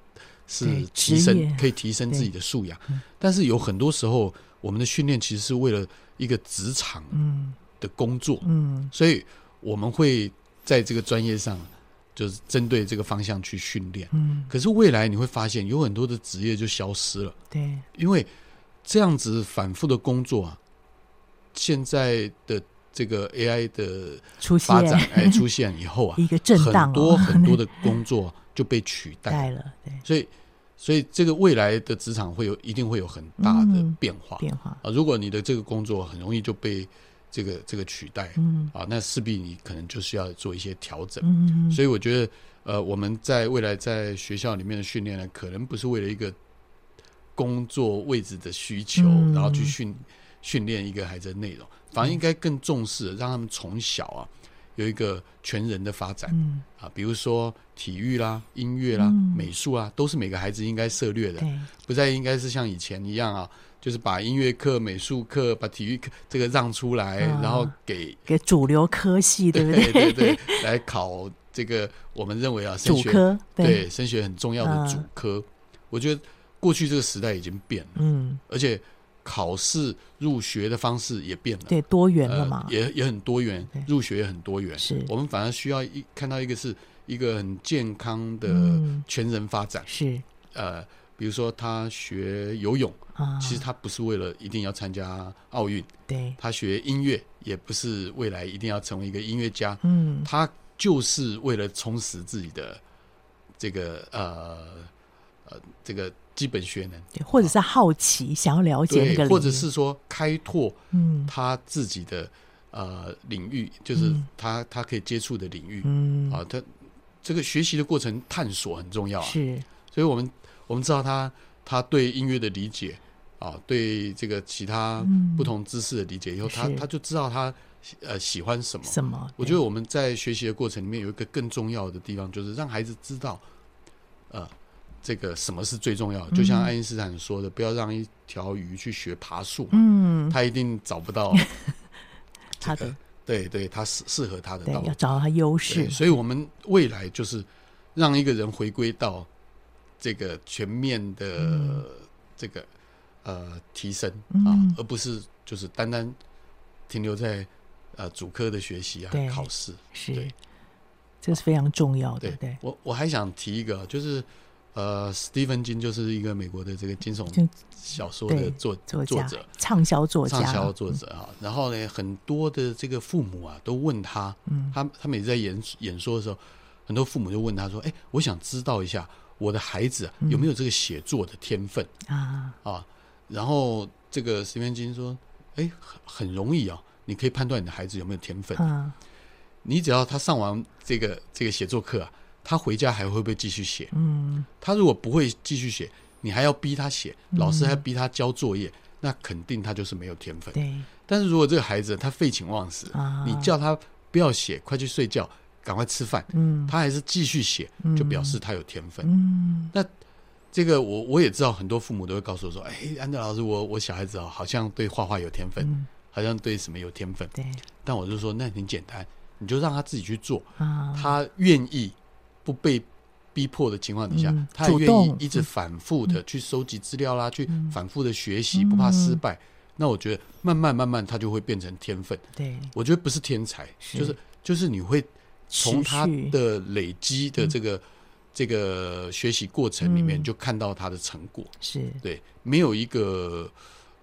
[SPEAKER 2] 是
[SPEAKER 1] 嗯对
[SPEAKER 2] 提
[SPEAKER 1] 职
[SPEAKER 2] 升
[SPEAKER 1] 业嗯
[SPEAKER 2] 可以提升自己的素养，但是有很多时候，我们的训练其实是为了一个职场
[SPEAKER 1] 嗯
[SPEAKER 2] 的工作，
[SPEAKER 1] 嗯
[SPEAKER 2] 所以我们会在这个专业上，就是针对这个方向去训练。
[SPEAKER 1] 嗯，
[SPEAKER 2] 可是未来你会发现，有很多的职业就消失了，
[SPEAKER 1] 对，
[SPEAKER 2] 因为这样子反复的工作啊，现在的这个 AI 的
[SPEAKER 1] 出现
[SPEAKER 2] 发展哎出现以后
[SPEAKER 1] (laughs)
[SPEAKER 2] 啊，
[SPEAKER 1] 一个震荡、
[SPEAKER 2] 很
[SPEAKER 1] 哦，
[SPEAKER 2] 多很
[SPEAKER 1] (laughs)
[SPEAKER 2] 多的啊工作就被取代
[SPEAKER 1] 带
[SPEAKER 2] 了，
[SPEAKER 1] 了， (laughs) 对，
[SPEAKER 2] 所以所以这个未来的职场会有一定会有很大的
[SPEAKER 1] 嗯
[SPEAKER 2] 变化。
[SPEAKER 1] 变化，
[SPEAKER 2] 啊，如果你的这个工作很容易就被这个这个取代，
[SPEAKER 1] 嗯
[SPEAKER 2] 啊，那势必你可能就是要做一些调整。
[SPEAKER 1] 嗯，
[SPEAKER 2] 所以我觉得，呃，我们在未来在学校里面的训练呢，可能不是为了一个工作位置的需求，
[SPEAKER 1] 嗯
[SPEAKER 2] 然后去训训练一个孩子的内容，反而应该更重视，让他们从小啊有一个全人的发展。
[SPEAKER 1] 嗯，
[SPEAKER 2] 啊，比如说体育啦、音乐啦、
[SPEAKER 1] 嗯
[SPEAKER 2] 美术啊，都是每个孩子应该涉略的。
[SPEAKER 1] 对，
[SPEAKER 2] 不再应该是像以前一样啊，就是把音乐课、美术课、把体育课这个让出来，
[SPEAKER 1] 啊
[SPEAKER 2] 然后给
[SPEAKER 1] 给主流科系，对不 (laughs)
[SPEAKER 2] 对 (laughs) 对对来考这个我们认为啊，升
[SPEAKER 1] 主
[SPEAKER 2] 学
[SPEAKER 1] 科，
[SPEAKER 2] 对升学很重要的主
[SPEAKER 1] 嗯
[SPEAKER 2] 科。我觉得过去这个时代已经变了，
[SPEAKER 1] 嗯，
[SPEAKER 2] 而且考试入学的方式也变了，
[SPEAKER 1] 对，多元了
[SPEAKER 2] 呃
[SPEAKER 1] 嘛，，
[SPEAKER 2] 也也很多元
[SPEAKER 1] 对，
[SPEAKER 2] 入学也很多元。
[SPEAKER 1] 是
[SPEAKER 2] 我们反而需要一看到一个是一个很健康的
[SPEAKER 1] 嗯，
[SPEAKER 2] 全人发展，
[SPEAKER 1] 是
[SPEAKER 2] 呃，比如说他学游泳。
[SPEAKER 1] 啊，
[SPEAKER 2] 其实他不是为了一定要参加奥运，
[SPEAKER 1] 对，
[SPEAKER 2] 他学音乐也不是未来一定要成为一个音乐家，
[SPEAKER 1] 嗯，
[SPEAKER 2] 他就是为了充实自己的这个呃呃这个基本学能，
[SPEAKER 1] 对，或者是好奇，想要了解那个
[SPEAKER 2] 对，
[SPEAKER 1] 领域，
[SPEAKER 2] 或者是说开拓
[SPEAKER 1] 嗯
[SPEAKER 2] 他自己的呃领域，就是
[SPEAKER 1] 嗯
[SPEAKER 2] 他他可以接触的领域
[SPEAKER 1] 嗯，
[SPEAKER 2] 啊，他这个学习的过程探索很重要啊，
[SPEAKER 1] 是
[SPEAKER 2] 所以我们我们知道他他对音乐的理解，啊，对这个其他不同知识的理解以后，他
[SPEAKER 1] 嗯是
[SPEAKER 2] 他就知道他呃喜欢什么。
[SPEAKER 1] 什么？
[SPEAKER 2] 我觉得我们在学习的过程里面有一个更重要的地方，就是让孩子知道，呃，这个什么是最重要的。
[SPEAKER 1] 嗯
[SPEAKER 2] 就像爱因斯坦说的，不要让一条鱼去学爬树嘛，
[SPEAKER 1] 嗯，
[SPEAKER 2] 他一定找不到
[SPEAKER 1] (laughs) 他
[SPEAKER 2] 这个
[SPEAKER 1] 的
[SPEAKER 2] 对对，他适适合他的
[SPEAKER 1] 对
[SPEAKER 2] 道路
[SPEAKER 1] 要。找到他优势
[SPEAKER 2] 对，，所以我们未来就是让一个人回归到这个全面
[SPEAKER 1] 嗯
[SPEAKER 2] 的这个、呃提升啊，
[SPEAKER 1] 嗯
[SPEAKER 2] 而不是就是单单停留在呃主科的学习啊
[SPEAKER 1] 对、
[SPEAKER 2] 考试。
[SPEAKER 1] 是
[SPEAKER 2] 对，
[SPEAKER 1] 这是非常重要的
[SPEAKER 2] 对，，
[SPEAKER 1] 对，
[SPEAKER 2] 我我还想提一个，啊就是呃，Stephen 金就是一个美国的这个惊悚
[SPEAKER 1] 就
[SPEAKER 2] 小说
[SPEAKER 1] 对
[SPEAKER 2] 的作
[SPEAKER 1] 作
[SPEAKER 2] 作
[SPEAKER 1] 家
[SPEAKER 2] 者、
[SPEAKER 1] 畅销作家，
[SPEAKER 2] 畅销作者啊。然后呢，很多的这个父母啊，都问他，
[SPEAKER 1] 嗯
[SPEAKER 2] 他他每次在演演说的时候，很多父母就问他说：“哎，我想知道一下我的孩子啊
[SPEAKER 1] 嗯
[SPEAKER 2] 有没有这个写作的天分
[SPEAKER 1] 啊，
[SPEAKER 2] 啊？”然后这个石原金说：“哎，很很容易啊，你可以判断你的孩子有没有天分。
[SPEAKER 1] 嗯，
[SPEAKER 2] 你只要他上完这个这个写作课啊，他回家还会不会继续写？
[SPEAKER 1] 嗯，
[SPEAKER 2] 他如果不会继续写，你还要逼他写，老师还逼他交作业，那肯定他就是没有天分。
[SPEAKER 1] 对
[SPEAKER 2] 但是如果这个孩子他废寝忘食，
[SPEAKER 1] 啊，
[SPEAKER 2] 你叫他不要写，快去睡觉，赶快吃饭，
[SPEAKER 1] 嗯
[SPEAKER 2] 他还是继续写，就表示他有天分。
[SPEAKER 1] 嗯
[SPEAKER 2] 这个我我也知道，很多父母都会告诉我说：“哎，安德老师，我我小孩子哦，好像对画画有天分，
[SPEAKER 1] 嗯
[SPEAKER 2] 好像对什么有天分。
[SPEAKER 1] 对”
[SPEAKER 2] 但我就说，那很简单，你就让他自己去做，
[SPEAKER 1] 啊，
[SPEAKER 2] 他愿意不被逼迫的情况底下，
[SPEAKER 1] 嗯
[SPEAKER 2] 他也
[SPEAKER 1] 主
[SPEAKER 2] 愿意
[SPEAKER 1] 动
[SPEAKER 2] 一直反复的去收集资料啦，去
[SPEAKER 1] 嗯
[SPEAKER 2] 反复的学习，不怕失败。那我觉得慢慢慢慢，他就会变成天分。
[SPEAKER 1] 对
[SPEAKER 2] 我觉得不是天才，
[SPEAKER 1] 是
[SPEAKER 2] 就是就是你会从
[SPEAKER 1] 持
[SPEAKER 2] 他
[SPEAKER 1] 续
[SPEAKER 2] 的累积的这个、这个学习过程里面，
[SPEAKER 1] 嗯
[SPEAKER 2] 就看到他的成果。
[SPEAKER 1] 是
[SPEAKER 2] 对，没有一个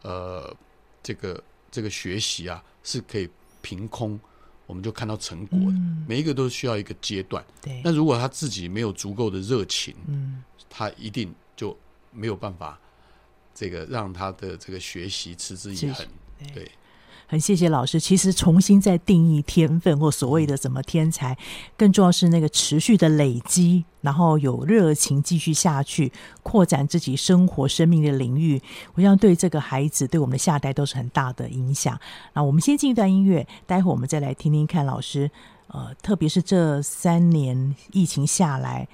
[SPEAKER 2] 呃，这个这个学习啊，是可以凭空我们就看到成果的。
[SPEAKER 1] 嗯
[SPEAKER 2] 每一个都需要一个阶段。
[SPEAKER 1] 对
[SPEAKER 2] 那如果他自己没有足够的热情，
[SPEAKER 1] 嗯
[SPEAKER 2] 他一定就没有办法这个让他的这个学习持之以
[SPEAKER 1] 是
[SPEAKER 2] 恒。对，
[SPEAKER 1] 很谢谢老师。其实重新再定义天分或所谓的什么天才，更重要是那个持续的累积，然后有热情继续下去，扩展自己生活生命的领域。我想对这个孩子，对我们的下一代都是很大的影响。那我们先进一段音乐，待会我们再来听听看老师。呃，特别是这三年疫情下来，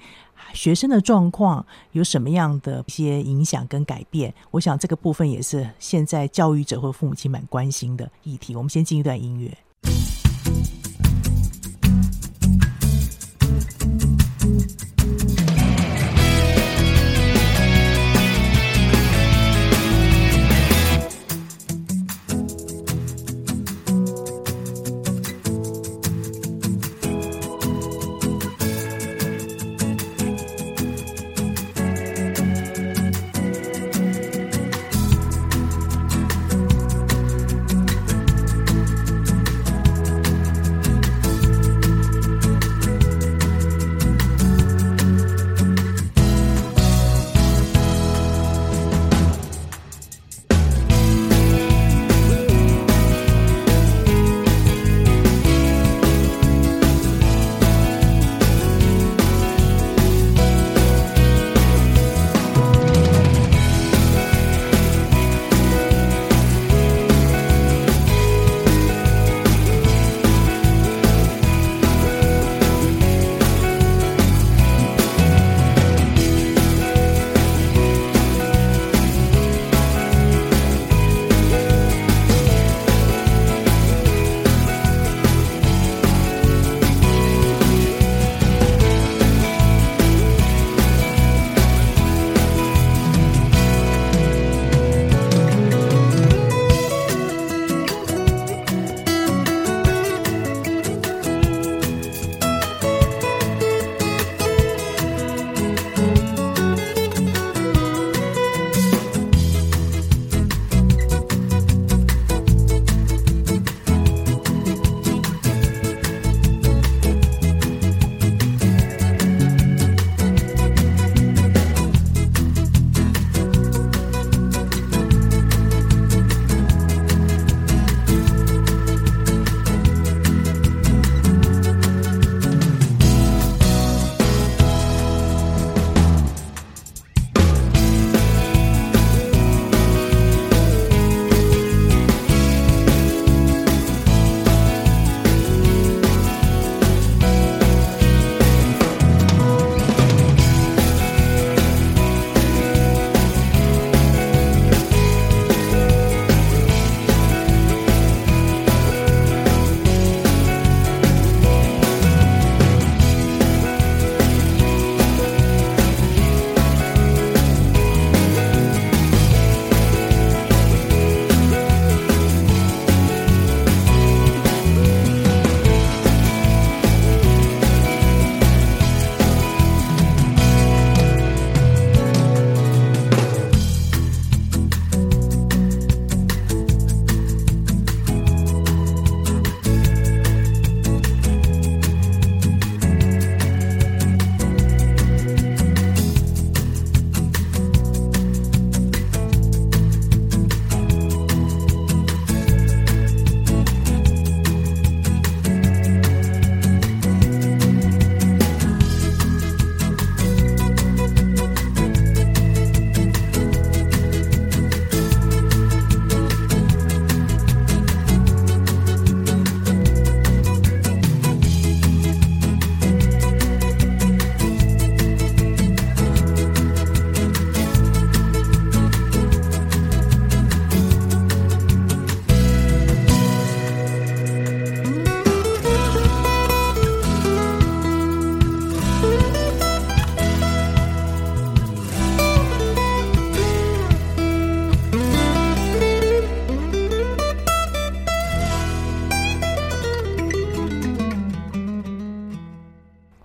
[SPEAKER 1] 学生的状况有什么样的一些影响跟改变？我想这个部分也是现在教育者或父母亲蛮关心的议题。我们先进一段音乐。
[SPEAKER 3] 天天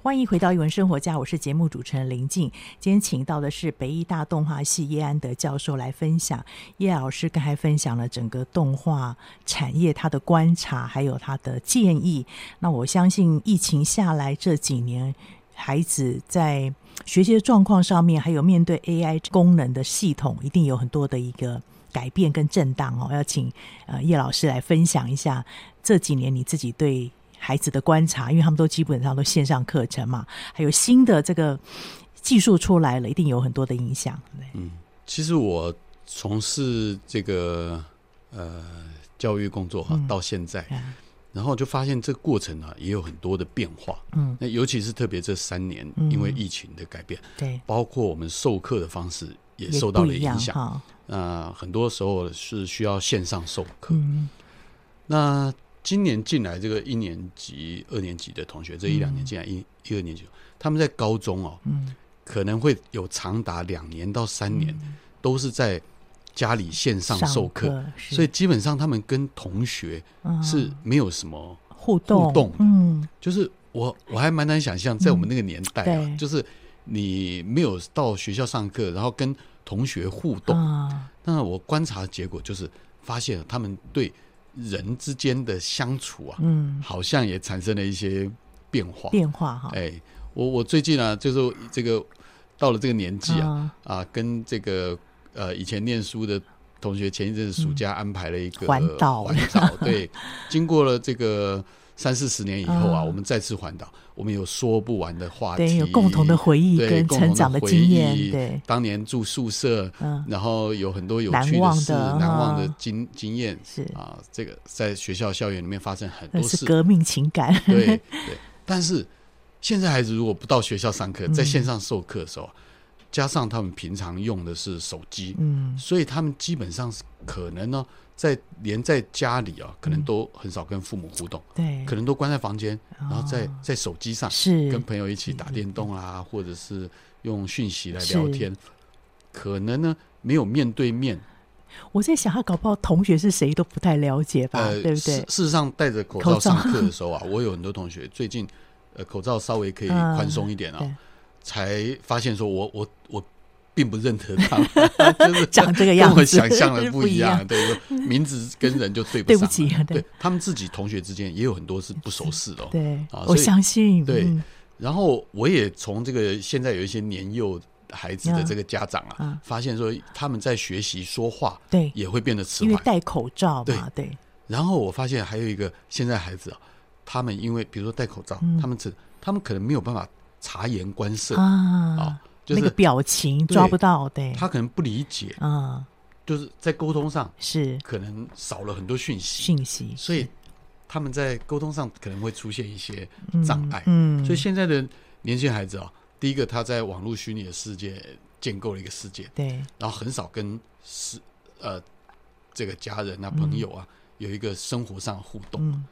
[SPEAKER 1] 欢迎回到《一文生活家》，我是节目主持人林静。今天请到的是北医大动画系叶安德教授来分享。叶老师刚才分享了整个动画产业他的观察，还有他的建议。那我相信疫情下来这几年，孩子在学习的状况上面，还有面对 AI 功能的系统，一定有很多的一个改变跟震荡哦。要请呃叶老师来分享一下这几年你自己对孩子的观察，因为他们都基本上都线上课程嘛，还有新的这个技术出来了，一定有很多的影响。对
[SPEAKER 2] 嗯其实我从事这个呃教育工作哈、
[SPEAKER 1] 嗯
[SPEAKER 2] 到现在，
[SPEAKER 1] 嗯
[SPEAKER 2] 然后就发现这个过程啊也有很多的变化。
[SPEAKER 1] 嗯，
[SPEAKER 2] 那尤其是特别这三年，
[SPEAKER 1] 嗯
[SPEAKER 2] 因为疫情的改变，
[SPEAKER 1] 对，
[SPEAKER 2] 包括我们授课的方式也
[SPEAKER 1] 也
[SPEAKER 2] 受到
[SPEAKER 1] 不
[SPEAKER 2] 了
[SPEAKER 1] 一
[SPEAKER 2] 影
[SPEAKER 1] 样
[SPEAKER 2] 响。
[SPEAKER 1] 哈。
[SPEAKER 2] 那呃很多时候是需要线上授课。
[SPEAKER 1] 嗯
[SPEAKER 2] 那今年进来这个一年级、二年级的同学，这一两年进来一、一二年级，他们在高中哦，
[SPEAKER 1] 嗯，
[SPEAKER 2] 可能会有长达两年到三年、
[SPEAKER 1] 嗯
[SPEAKER 2] 都是在家里线上授课，所以基本上他们跟同学
[SPEAKER 1] 啊
[SPEAKER 2] 是没有什么，
[SPEAKER 1] 互动
[SPEAKER 2] 互动的
[SPEAKER 1] 嗯，
[SPEAKER 2] 就是我我还蛮难想象，在我们那个年代啊，
[SPEAKER 1] 嗯对
[SPEAKER 2] 就是你没有到学校上课，然后跟同学互动，
[SPEAKER 1] 啊，
[SPEAKER 2] 那我观察结果就是发现他们对人之间的相处啊，
[SPEAKER 1] 嗯，
[SPEAKER 2] 好像也产生了一些变化。
[SPEAKER 1] 变化哈，
[SPEAKER 2] 哎、我我最近啊，就是这个到了这个年纪啊，
[SPEAKER 1] 啊，
[SPEAKER 2] 啊，跟这个呃以前念书的同学，前一阵子暑假安排了一个
[SPEAKER 1] 环岛
[SPEAKER 2] 环
[SPEAKER 1] (laughs)
[SPEAKER 2] 岛对，经过了这个三四十年以后啊，
[SPEAKER 1] 嗯
[SPEAKER 2] 我们再次环岛，我们有说不完的话
[SPEAKER 1] 对，
[SPEAKER 2] 题，
[SPEAKER 1] 有共同的回忆
[SPEAKER 2] 对
[SPEAKER 1] 跟
[SPEAKER 2] 共
[SPEAKER 1] 成
[SPEAKER 2] 同
[SPEAKER 1] 长的
[SPEAKER 2] 回
[SPEAKER 1] 经验，
[SPEAKER 2] 忆
[SPEAKER 1] 对，
[SPEAKER 2] 当年住宿舍，
[SPEAKER 1] 嗯，
[SPEAKER 2] 然后有很多有
[SPEAKER 1] 难
[SPEAKER 2] 趣的
[SPEAKER 1] 忘
[SPEAKER 2] 事、
[SPEAKER 1] 的
[SPEAKER 2] 难忘的
[SPEAKER 1] 嗯
[SPEAKER 2] 经经验
[SPEAKER 1] 是，
[SPEAKER 2] 啊，这个在学校校园里面发生很
[SPEAKER 1] 那
[SPEAKER 2] 多
[SPEAKER 1] 是
[SPEAKER 2] 事，
[SPEAKER 1] 革命情感，
[SPEAKER 2] 对
[SPEAKER 1] (laughs)
[SPEAKER 2] 对。但是现在孩子如果不到学校上
[SPEAKER 1] 嗯
[SPEAKER 2] 课，在线上授课的时候，加上他们平常用的是手机，
[SPEAKER 1] 嗯，
[SPEAKER 2] 所以他们基本上是可能呢，在连在家里啊，可能都很少跟父母互动，
[SPEAKER 1] 嗯对，
[SPEAKER 2] 可能都关在房间，然后在
[SPEAKER 1] 哦
[SPEAKER 2] 在手机上
[SPEAKER 1] 是
[SPEAKER 2] 跟朋友一起打电动
[SPEAKER 1] 嗯
[SPEAKER 2] 啊，或者是用讯息来聊天，可能呢没有面对面，
[SPEAKER 1] 我在想，他搞不好同学是谁都不太了解吧，啊对不
[SPEAKER 2] 呃事
[SPEAKER 1] 对？
[SPEAKER 2] 事实上，戴着口
[SPEAKER 1] 口
[SPEAKER 2] 罩
[SPEAKER 1] 罩 (laughs)
[SPEAKER 2] 上课的时候啊，我有很多同学最近，呃，口罩稍微可以
[SPEAKER 1] 嗯
[SPEAKER 2] 宽松一点啊，
[SPEAKER 1] 对
[SPEAKER 2] 才发现说我我我并不认得
[SPEAKER 1] (laughs)
[SPEAKER 2] 他们，就是
[SPEAKER 1] 长这个样子
[SPEAKER 2] 跟我想象的不一
[SPEAKER 1] 是
[SPEAKER 2] 样，对，就名字跟人就对不
[SPEAKER 1] 对
[SPEAKER 2] 上
[SPEAKER 1] 不
[SPEAKER 2] 了，
[SPEAKER 1] 起，啊
[SPEAKER 2] 对
[SPEAKER 1] 对
[SPEAKER 2] 他们自己同学之间也有很多是不熟识的、哦，
[SPEAKER 1] 对
[SPEAKER 2] 啊，
[SPEAKER 1] 我
[SPEAKER 2] 所以
[SPEAKER 1] 相信，
[SPEAKER 2] 对
[SPEAKER 1] 嗯
[SPEAKER 2] 然后我也从这个现在有一些年幼孩子的
[SPEAKER 1] 嗯
[SPEAKER 2] 这个家长啊，
[SPEAKER 1] 嗯
[SPEAKER 2] 发现说他们在学习说话
[SPEAKER 1] 对，
[SPEAKER 2] 也会变得迟
[SPEAKER 1] 因为
[SPEAKER 2] 缓，
[SPEAKER 1] 戴口罩嘛，对，
[SPEAKER 2] 然后我发现还有一个，现在孩子啊，他们因为比如说戴口罩，
[SPEAKER 1] 嗯
[SPEAKER 2] 他们只他们可能没有办法察言观色啊、
[SPEAKER 1] 啊，
[SPEAKER 2] 就
[SPEAKER 1] 那个
[SPEAKER 2] 是
[SPEAKER 1] 表情抓不到，对，
[SPEAKER 2] 他可能不理解，
[SPEAKER 1] 啊，
[SPEAKER 2] 就是在沟通上
[SPEAKER 1] 是
[SPEAKER 2] 可能少了很多讯息，
[SPEAKER 1] 讯息，
[SPEAKER 2] 所以他们在沟通上可能会出现一些
[SPEAKER 1] 嗯
[SPEAKER 2] 障碍。
[SPEAKER 1] 嗯，
[SPEAKER 2] 所以现在的年轻孩子啊，第一个他在网络虚拟的世界建构了一个世界，
[SPEAKER 1] 对，
[SPEAKER 2] 然后很少跟是呃这个家人啊朋友啊、有一个生活上的互动。
[SPEAKER 1] 嗯，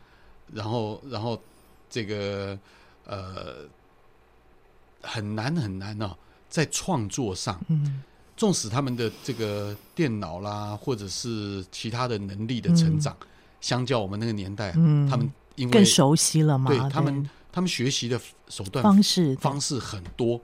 [SPEAKER 2] 然后然后这个呃很难很难哦，在创作上，
[SPEAKER 1] 嗯，
[SPEAKER 2] 纵使他们的这个电脑啦，或者是其他的能力的成长，相较我们那个年代，啊
[SPEAKER 1] 嗯
[SPEAKER 2] 他们因为
[SPEAKER 1] 更熟悉了嘛，
[SPEAKER 2] 对他们他们学习的手段
[SPEAKER 1] 方式
[SPEAKER 2] 方式很多，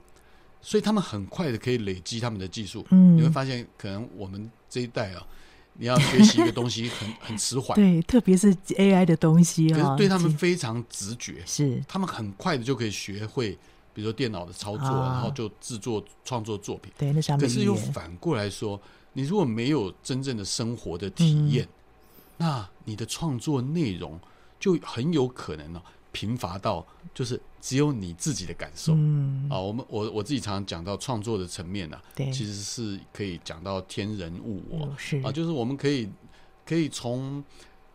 [SPEAKER 2] 所以他们很快的可以累积他们的技术。
[SPEAKER 1] 嗯
[SPEAKER 2] 你会发现，可能我们这一代啊，你要学习一个东西很 (laughs) 很迟缓，
[SPEAKER 1] 对，特别是 AI 的东西
[SPEAKER 2] 可
[SPEAKER 1] 啊，
[SPEAKER 2] 是对他们
[SPEAKER 1] 其
[SPEAKER 2] 非常直觉。
[SPEAKER 1] 是
[SPEAKER 2] 他们很快的就可以学会，比如说电脑的操作，
[SPEAKER 1] 啊
[SPEAKER 2] 然后就制作创作作品。
[SPEAKER 1] 对，那是他们
[SPEAKER 2] 可
[SPEAKER 1] 的
[SPEAKER 2] 是
[SPEAKER 1] 语
[SPEAKER 2] 又
[SPEAKER 1] 言
[SPEAKER 2] 反过来说，你如果没有真正的生活的体
[SPEAKER 1] 嗯
[SPEAKER 2] 验，那你的创作内容就很有可能呢、贫乏到就是只有你自己的感受。
[SPEAKER 1] 嗯，
[SPEAKER 2] 啊，我们我我自己常常讲到创作的层面呢、啊，
[SPEAKER 1] 对，嗯
[SPEAKER 2] 其实是可以讲到天人物我，
[SPEAKER 1] 有是
[SPEAKER 2] 啊，就是我们可以可以从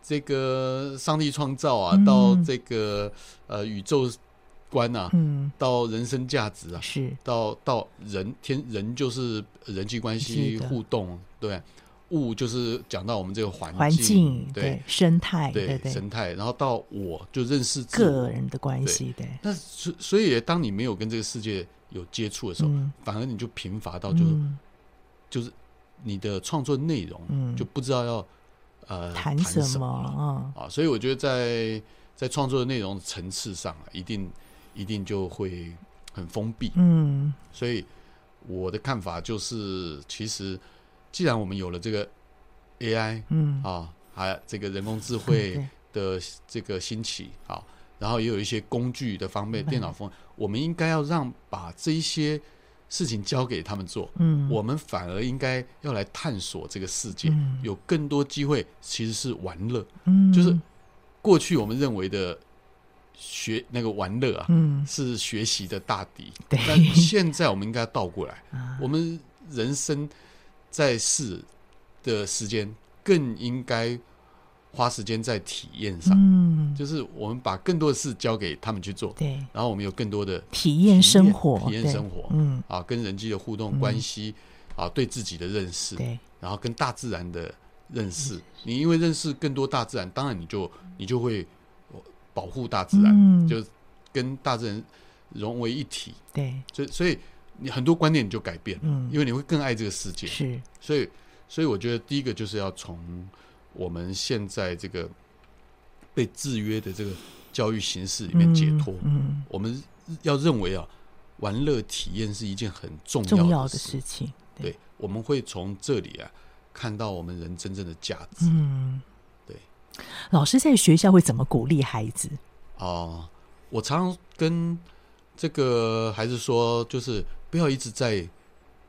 [SPEAKER 2] 这个上帝创造啊，
[SPEAKER 1] 嗯
[SPEAKER 2] 到这个呃宇宙观啊，
[SPEAKER 1] 嗯
[SPEAKER 2] 到人生价值啊，
[SPEAKER 1] 是
[SPEAKER 2] 到到人天人就是人际关
[SPEAKER 1] 是
[SPEAKER 2] 系
[SPEAKER 1] 的
[SPEAKER 2] 互动，对，物就是讲到我们这个环
[SPEAKER 1] 环境
[SPEAKER 2] 对
[SPEAKER 1] 生态
[SPEAKER 2] 对
[SPEAKER 1] 对
[SPEAKER 2] 生态，然后到我就认识自
[SPEAKER 1] 个
[SPEAKER 2] 我。
[SPEAKER 1] 人的关系对，
[SPEAKER 2] 那所所以，当你没有跟这个世界有接触的时候，
[SPEAKER 1] 嗯
[SPEAKER 2] 反而你就贫乏到就是
[SPEAKER 1] 嗯
[SPEAKER 2] 就是你的创作内容，
[SPEAKER 1] 嗯
[SPEAKER 2] 就不知道要呃
[SPEAKER 1] 谈
[SPEAKER 2] 什
[SPEAKER 1] 什
[SPEAKER 2] 了
[SPEAKER 1] 么
[SPEAKER 2] 啊，所以我觉得在在创作的内容层次上啊，一定一定就会很封闭。
[SPEAKER 1] 嗯
[SPEAKER 2] 所以我的看法就是，其实既然我们有了这个 AI
[SPEAKER 1] 嗯，
[SPEAKER 2] 啊，还有这个人工智
[SPEAKER 1] 嗯
[SPEAKER 2] 慧
[SPEAKER 1] 对
[SPEAKER 2] 的这个兴起啊，然后也有一些工具的方面，
[SPEAKER 1] 嗯
[SPEAKER 2] 电脑方面，我们应该要让把这一些事情交给他们做，
[SPEAKER 1] 嗯，
[SPEAKER 2] 我们反而应该要来探索这个世界，
[SPEAKER 1] 嗯
[SPEAKER 2] 有更多机会其实是玩乐。
[SPEAKER 1] 嗯
[SPEAKER 2] 就是过去我们认为的学那个玩乐啊，
[SPEAKER 1] 嗯
[SPEAKER 2] 是学习的大
[SPEAKER 1] (laughs)
[SPEAKER 2] 敌。
[SPEAKER 1] 对
[SPEAKER 2] 但现在我们应该倒过
[SPEAKER 1] (laughs)
[SPEAKER 2] 来，
[SPEAKER 1] 啊
[SPEAKER 2] 我们人生在世的时间更应该花时间在体验上，
[SPEAKER 1] 嗯，
[SPEAKER 2] 就是我们把更多的事交给他们去做，
[SPEAKER 1] 对，
[SPEAKER 2] 然后我们有更多的
[SPEAKER 1] 体验生活，
[SPEAKER 2] 体验
[SPEAKER 1] 对
[SPEAKER 2] 生活
[SPEAKER 1] 嗯，
[SPEAKER 2] 啊，跟人际的
[SPEAKER 1] 嗯
[SPEAKER 2] 互动关系、啊，对自己的认识，
[SPEAKER 1] 对，
[SPEAKER 2] 然后跟大自然的认识。你因为认识更多大自然，当然你就你就会保护大自然，
[SPEAKER 1] 嗯
[SPEAKER 2] 就跟大自然融为一体。
[SPEAKER 1] 对，
[SPEAKER 2] 所以所以你很多观念你就改变了，
[SPEAKER 1] 嗯，
[SPEAKER 2] 因为你会更爱这个世界。
[SPEAKER 1] 是，
[SPEAKER 2] 所以所以我觉得第一个就是要从我们现在这个被制约的这个教育形式里面解脱。
[SPEAKER 1] 嗯，
[SPEAKER 2] 我们要认为啊，玩乐体验是一件很重
[SPEAKER 1] 嗯重
[SPEAKER 2] 要
[SPEAKER 1] 要
[SPEAKER 2] 的
[SPEAKER 1] 的事情，
[SPEAKER 2] 对，我们会从这里啊看到我们人真正的价值
[SPEAKER 1] 嗯，
[SPEAKER 2] 对。
[SPEAKER 1] 老师在学校会怎么鼓励孩子？
[SPEAKER 2] 啊、我常常跟这个孩子说，就是不要一直在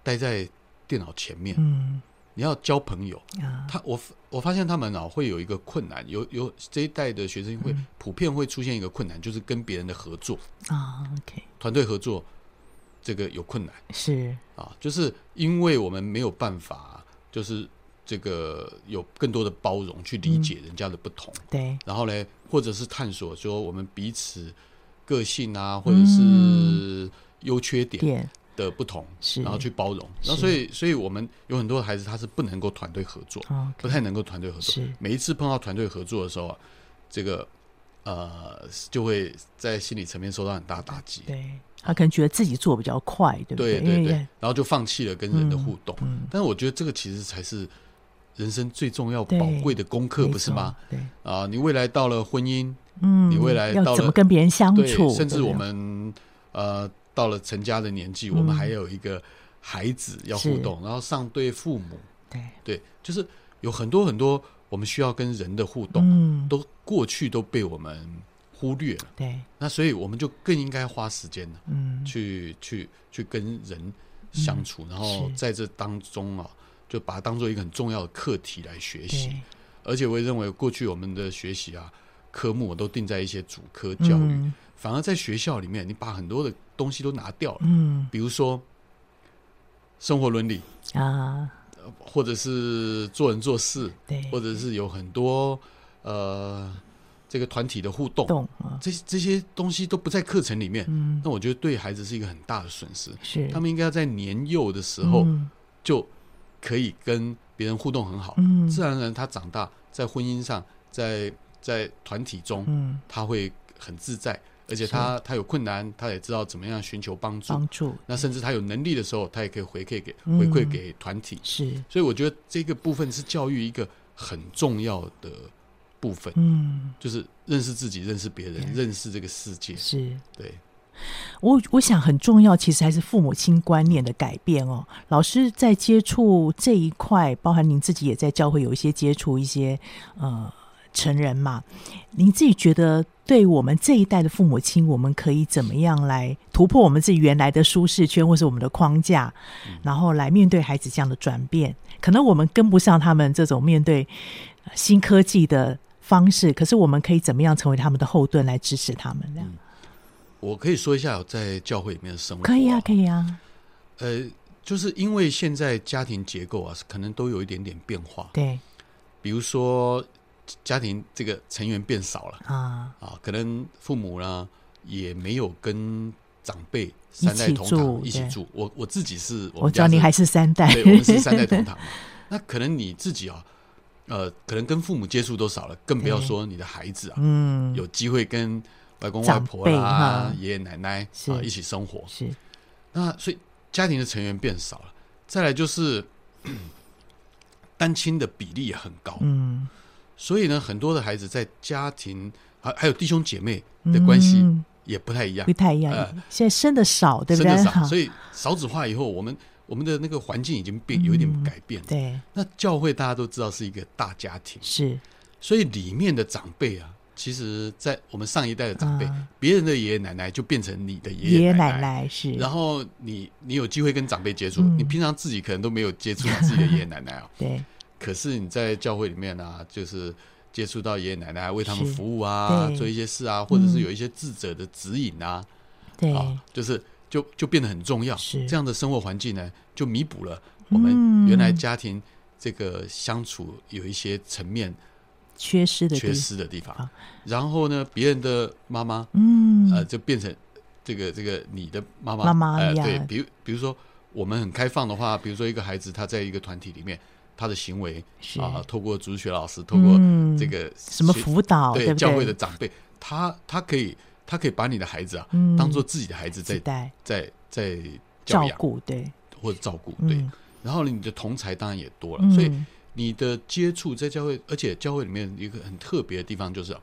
[SPEAKER 2] 待在电脑前面，
[SPEAKER 1] 嗯
[SPEAKER 2] 你要交朋友。
[SPEAKER 1] 啊，
[SPEAKER 2] 他我我发现他们啊会有一个困难，有有这一代的学生
[SPEAKER 1] 嗯
[SPEAKER 2] 会、普遍会出现一个困难，就是跟别人的合作、
[SPEAKER 1] 啊，OK，
[SPEAKER 2] 团队合作这个有困难。
[SPEAKER 1] 是，
[SPEAKER 2] 啊，就是因为我们没有办法，就是这个有更多的包容去理
[SPEAKER 1] 嗯
[SPEAKER 2] 解人家的不同，
[SPEAKER 1] 对，
[SPEAKER 2] 然后呢，或者是探索说我们彼此个性啊，或者是
[SPEAKER 1] 嗯
[SPEAKER 2] 优缺点
[SPEAKER 1] 点
[SPEAKER 2] 的不同，
[SPEAKER 1] 是
[SPEAKER 2] 然后去包容。那
[SPEAKER 1] 是
[SPEAKER 2] 所以，所以我们有很多孩子他是不能够团队合作，不
[SPEAKER 1] 啊，OK，
[SPEAKER 2] 太能够团队合作
[SPEAKER 1] 是。
[SPEAKER 2] 每一次碰到团队合作的时候啊，这个呃就会在心理层面受到很大打击。
[SPEAKER 1] 对，他可能觉得自己做比较快，对不
[SPEAKER 2] 对
[SPEAKER 1] 因
[SPEAKER 2] 对
[SPEAKER 1] 为
[SPEAKER 2] 对，然后就放弃了跟人的互动。
[SPEAKER 1] 嗯，
[SPEAKER 2] 但是我觉得这个其实才是人生最重要、
[SPEAKER 1] 对
[SPEAKER 2] 宝贵的功课，
[SPEAKER 1] 没
[SPEAKER 2] 不是吗？
[SPEAKER 1] 错？对，
[SPEAKER 2] 啊，你未来到了婚姻，
[SPEAKER 1] 嗯，
[SPEAKER 2] 你未来
[SPEAKER 1] 要
[SPEAKER 2] 到
[SPEAKER 1] 怎么
[SPEAKER 2] 了
[SPEAKER 1] 跟别人相
[SPEAKER 2] 对
[SPEAKER 1] 处，，
[SPEAKER 2] 甚至
[SPEAKER 1] 对不
[SPEAKER 2] 我
[SPEAKER 1] 对
[SPEAKER 2] 们呃到了成家的年纪，
[SPEAKER 1] 嗯
[SPEAKER 2] 我们还有一个孩子要互
[SPEAKER 1] 是
[SPEAKER 2] 动，然后上对父母，
[SPEAKER 1] 对，
[SPEAKER 2] 对，就是有很多很多我们需要跟人的互动，
[SPEAKER 1] 嗯，
[SPEAKER 2] 都过去都被我们忽略了。
[SPEAKER 1] 对，
[SPEAKER 2] 那所以我们就更应该花时间了
[SPEAKER 1] 嗯，
[SPEAKER 2] 去去去跟人相处，然后
[SPEAKER 1] 是
[SPEAKER 2] 在这当中啊，就把它当做一个很重要的课题来学习。
[SPEAKER 1] 对，
[SPEAKER 2] 而且我也认为，过去我们的学习啊，科目都定在一些主科教育，
[SPEAKER 1] 嗯
[SPEAKER 2] 反而在学校里面，你把很多的东西都拿掉了，
[SPEAKER 1] 嗯
[SPEAKER 2] 比如说生活伦理，
[SPEAKER 1] 啊，
[SPEAKER 2] 或者是做人做事，
[SPEAKER 1] 对，
[SPEAKER 2] 或者是有很多呃这个团体的互动，
[SPEAKER 1] 动啊，
[SPEAKER 2] 这这些东西都不在课程里面。
[SPEAKER 1] 嗯，
[SPEAKER 2] 那我觉得对孩子是一个很大的损失，
[SPEAKER 1] 是
[SPEAKER 2] 他们应该要在年幼的时候
[SPEAKER 1] 嗯
[SPEAKER 2] 就可以跟别人互动很好，
[SPEAKER 1] 嗯
[SPEAKER 2] 自然而然他长大在婚姻上，在在团体中，
[SPEAKER 1] 嗯
[SPEAKER 2] 他会很自在，而且他他有困难，他也知道怎么样寻求帮助。
[SPEAKER 1] 帮助
[SPEAKER 2] 那甚至他有能力的时候，他也可以回馈给
[SPEAKER 1] 嗯
[SPEAKER 2] 回馈给团体。
[SPEAKER 1] 是
[SPEAKER 2] 所以我觉得这个部分是教育一个很重要的部分，
[SPEAKER 1] 嗯
[SPEAKER 2] 就是认识自己、认识别
[SPEAKER 1] 对
[SPEAKER 2] 人、认识这个世界。
[SPEAKER 1] 是。
[SPEAKER 2] 对，
[SPEAKER 1] 我我想很重要，其实还是父母亲观念的改变哦。老师在接触这一块，包含您自己也在教会有一些接触一些呃成人嘛，您自己觉得对我们这一代的父母亲，我们可以怎么样来突破我们自己原来的舒适圈或是我们的框架，然后来面对孩子这样的转变？可能我们跟不上他们这种面对呃新科技的方式，可是我们可以怎么样成为他们的后盾来支持他们？这样、
[SPEAKER 2] 我可以说一下我在教会里面的生活。
[SPEAKER 1] 可以啊，可
[SPEAKER 2] 以。
[SPEAKER 1] 以啊，
[SPEAKER 2] 呃，就是因为现在家庭结构啊，可能都有一点点变化，
[SPEAKER 1] 对。
[SPEAKER 2] 比如说家庭这个成员变少了
[SPEAKER 1] 啊，
[SPEAKER 2] 啊，可能父母呢也没有跟长辈三代同
[SPEAKER 1] 一起住
[SPEAKER 2] 堂一起
[SPEAKER 1] 对
[SPEAKER 2] 住。我我自己是我
[SPEAKER 1] 我
[SPEAKER 2] 们
[SPEAKER 1] 知道
[SPEAKER 2] 家
[SPEAKER 1] 你
[SPEAKER 2] 是
[SPEAKER 1] 还是三代，
[SPEAKER 2] 对，我们是三代同
[SPEAKER 1] (laughs)
[SPEAKER 2] 堂嘛。那可能你自己啊，呃，可能跟父母接触都少了，更不要
[SPEAKER 1] 对
[SPEAKER 2] 说你的孩子啊，
[SPEAKER 1] 嗯，
[SPEAKER 2] 有机会跟外公外
[SPEAKER 1] 长
[SPEAKER 2] 婆
[SPEAKER 1] 辈
[SPEAKER 2] 啦
[SPEAKER 1] 哈、
[SPEAKER 2] 爷爷奶奶
[SPEAKER 1] 是
[SPEAKER 2] 啊一起生活。
[SPEAKER 1] 是
[SPEAKER 2] 那所以家庭的成员变少了，再来就是咳单亲的比例也很高，
[SPEAKER 1] 嗯
[SPEAKER 2] 所以呢，很多的孩子在家庭还还有弟兄姐妹的关系
[SPEAKER 1] 嗯
[SPEAKER 2] 也不太一样
[SPEAKER 1] 不，太一样
[SPEAKER 2] 呃。
[SPEAKER 1] 现在生的少，对不
[SPEAKER 2] 真
[SPEAKER 1] 对
[SPEAKER 2] 的？少。
[SPEAKER 1] 哈
[SPEAKER 2] 所以少子化以后，我们我们的那个环境已经变有一点改变了。
[SPEAKER 1] 嗯对，
[SPEAKER 2] 那教会大家都知道是一个大家庭，
[SPEAKER 1] 是
[SPEAKER 2] 所以里面的长辈啊，其实，在我们上一代的长辈
[SPEAKER 1] 嗯，
[SPEAKER 2] 别、人的爷爷奶奶就变成你的爷
[SPEAKER 1] 爷
[SPEAKER 2] 爷
[SPEAKER 1] 爷
[SPEAKER 2] 奶
[SPEAKER 1] 奶。奶是，
[SPEAKER 2] 然后你你有机会跟长辈接触，
[SPEAKER 1] 嗯，
[SPEAKER 2] 你平常自己可能都没有接触到自己的爷爷奶奶啊
[SPEAKER 1] (laughs) 对
[SPEAKER 2] 可是你在教会里面啊，就是接触到爷爷奶奶，为他们
[SPEAKER 1] 是
[SPEAKER 2] 服务啊，
[SPEAKER 1] 对
[SPEAKER 2] 做一些事啊，或者是
[SPEAKER 1] 嗯
[SPEAKER 2] 有一些智者的指引啊，
[SPEAKER 1] 对
[SPEAKER 2] 啊，就是就就变得很重要。
[SPEAKER 1] 是嗯
[SPEAKER 2] 这样的生活环境呢，就弥补了我们原来家庭这个相处有一些层面
[SPEAKER 1] 缺失的地
[SPEAKER 2] 缺失的地方
[SPEAKER 1] 好。
[SPEAKER 2] 然后呢，别人的妈妈
[SPEAKER 1] 嗯，
[SPEAKER 2] 呃，就变成这个这个你的妈妈
[SPEAKER 1] 妈妈
[SPEAKER 2] 呃，
[SPEAKER 1] 呀
[SPEAKER 2] 对，比如比如说我们很开放的话，比如说一个孩子他在一个团体里面，他的行为
[SPEAKER 1] 是
[SPEAKER 2] 啊，透过主学老师，透过
[SPEAKER 1] 嗯
[SPEAKER 2] 这个
[SPEAKER 1] 什么
[SPEAKER 2] 学
[SPEAKER 1] 辅导，
[SPEAKER 2] 对
[SPEAKER 1] 不对？
[SPEAKER 2] 教会的长辈，他他可以他可以把你的孩子啊
[SPEAKER 1] 嗯
[SPEAKER 2] 当做自己的孩子在
[SPEAKER 1] 自带
[SPEAKER 2] 在在教
[SPEAKER 1] 照
[SPEAKER 2] 养
[SPEAKER 1] 顾，对，
[SPEAKER 2] 或者照顾，对。
[SPEAKER 1] 嗯
[SPEAKER 2] 然后你的同才当然也多了，
[SPEAKER 1] 嗯
[SPEAKER 2] 所以你的接触在教会，而且教会里面一个很特别的地方就是啊，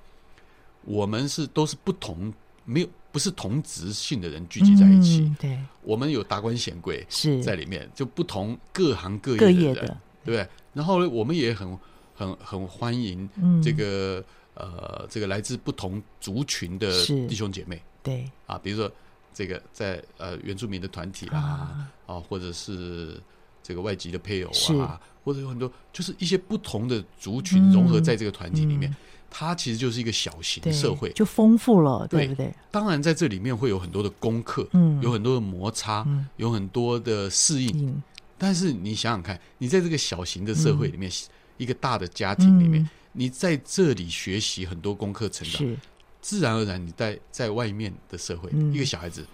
[SPEAKER 2] 我们是都是不同，没有不是同职性的人聚集在一起，
[SPEAKER 1] 嗯对，
[SPEAKER 2] 我们有达官显贵
[SPEAKER 1] 是
[SPEAKER 2] 在里面，就不同各行各业
[SPEAKER 1] 各
[SPEAKER 2] 的
[SPEAKER 1] 业
[SPEAKER 2] 人，
[SPEAKER 1] 的，
[SPEAKER 2] 对不对？然后呢，我们也很很很欢迎
[SPEAKER 1] 嗯，
[SPEAKER 2] 这个、呃这个来自不同族群的
[SPEAKER 1] 是
[SPEAKER 2] 弟兄姐妹
[SPEAKER 1] 对
[SPEAKER 2] 啊，比如说这个在呃原住民的团体啦。
[SPEAKER 1] 啊，
[SPEAKER 2] 啊，或者是这个外籍的配偶
[SPEAKER 1] 是
[SPEAKER 2] 啊，或者有很多就是一些不同的族群融合在这个团体里面，
[SPEAKER 1] 嗯
[SPEAKER 2] 它其实就是一个小型
[SPEAKER 1] 对，
[SPEAKER 2] 社会。
[SPEAKER 1] 就丰富了，
[SPEAKER 2] 对
[SPEAKER 1] 对不对？
[SPEAKER 2] 当然，在这里面会有很多的功课，
[SPEAKER 1] 嗯
[SPEAKER 2] 有很多的摩擦，
[SPEAKER 1] 嗯
[SPEAKER 2] 有很多的适应。
[SPEAKER 1] 嗯，
[SPEAKER 2] 但是你想想看，你在这个小型的社会里面，一个大的家庭里面，
[SPEAKER 1] 嗯
[SPEAKER 2] 你在这里学习很多功课成长，
[SPEAKER 1] 是
[SPEAKER 2] 自然而然你在在外面的社会，
[SPEAKER 1] 嗯
[SPEAKER 2] 一个小孩子，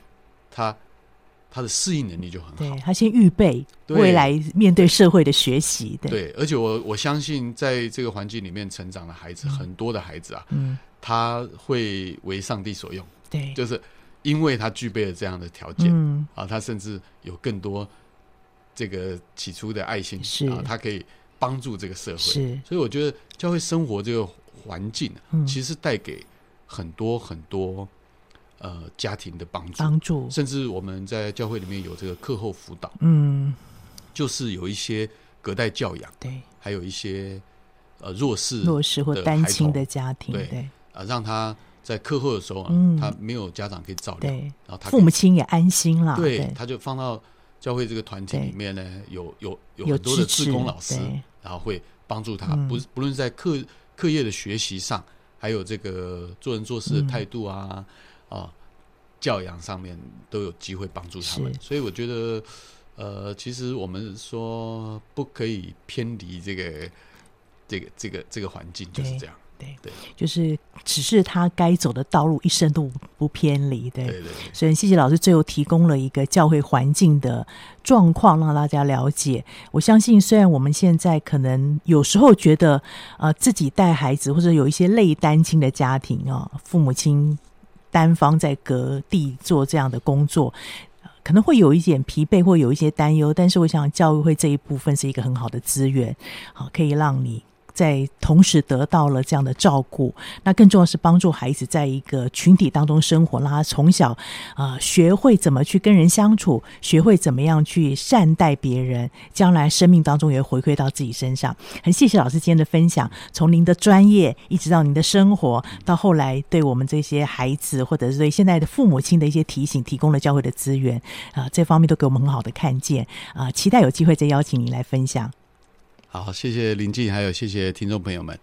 [SPEAKER 2] 他他的适应能力就很好
[SPEAKER 1] 对。他先预备
[SPEAKER 2] 对
[SPEAKER 1] 未来面对社会的学习，对，
[SPEAKER 2] 对，而且我我相信，在这个环境里面成长的孩子，很多的孩子啊，
[SPEAKER 1] 嗯，
[SPEAKER 2] 他会为上帝所用，
[SPEAKER 1] 对，
[SPEAKER 2] 就是因为他具备了这样的条件、
[SPEAKER 1] 嗯，
[SPEAKER 2] 啊，他甚至有更多这个起初的爱心
[SPEAKER 1] 是
[SPEAKER 2] 啊，他可以帮助这个社会。
[SPEAKER 1] 是
[SPEAKER 2] 所以我觉得教会生活这个环境、啊，
[SPEAKER 1] 嗯
[SPEAKER 2] 其实带给很多很多呃家庭的帮助，
[SPEAKER 1] 帮助，
[SPEAKER 2] 甚至我们在教会里面有这个课后辅导，
[SPEAKER 1] 嗯，
[SPEAKER 2] 就是有一些隔代教养。
[SPEAKER 1] 对，
[SPEAKER 2] 还有一些呃弱势
[SPEAKER 1] 弱势或
[SPEAKER 2] 的
[SPEAKER 1] 单
[SPEAKER 2] 孩
[SPEAKER 1] 亲
[SPEAKER 2] 童
[SPEAKER 1] 的家庭，
[SPEAKER 2] 对
[SPEAKER 1] 对
[SPEAKER 2] 啊，让他在课后的时候啊，
[SPEAKER 1] 嗯
[SPEAKER 2] 他没有家长可以照料，
[SPEAKER 1] 对，
[SPEAKER 2] 然后他可以
[SPEAKER 1] 父母亲也安心了，
[SPEAKER 2] 对
[SPEAKER 1] 对，
[SPEAKER 2] 他就放到教会这个团体
[SPEAKER 1] 对
[SPEAKER 2] 里面呢，有有有
[SPEAKER 1] 有
[SPEAKER 2] 很多的
[SPEAKER 1] 支
[SPEAKER 2] 志工
[SPEAKER 1] 持
[SPEAKER 2] 老师
[SPEAKER 1] 对，
[SPEAKER 2] 然后会帮助他，
[SPEAKER 1] 嗯
[SPEAKER 2] 不不论在课课业的学习上，还有这个做人做事的态度啊、
[SPEAKER 1] 嗯
[SPEAKER 2] 啊教养上面都有机会帮助他们
[SPEAKER 1] 是，
[SPEAKER 2] 所以我觉得。呃，其实我们说不可以偏离这个、这个、这个、这个环境，就是
[SPEAKER 1] 对
[SPEAKER 2] 这样。
[SPEAKER 1] 就是只是他该走的道路，一生都不偏离，对。
[SPEAKER 2] 对对
[SPEAKER 1] 所以谢谢老师最后提供了一个教会环境的状况，让大家了解。我相信，虽然我们现在可能有时候觉得，呃，自己带孩子或者有一些类单亲的家庭啊、父母亲单方在隔地做这样的工作。呃可能会有一点疲惫，或有一些担忧，但是我想教育会这一部分是一个很好的资源，好，可以让你在同时得到了这样的照顾。那更重要是帮助孩子在一个群体当中生活，让他从小呃，学会怎么去跟人相处，学会怎么样去善待别人，将来生命当中也回馈到自己身上。很谢谢老师今天的分享，从您的专业一直到您的生活，到后来对我们这些孩子或者是对现在的父母亲的一些提醒，提供了教会的资源啊、这方面都给我们很好的看见啊、期待有机会再邀请您来分享。
[SPEAKER 2] 好，谢谢林静，还有谢谢听众朋友们。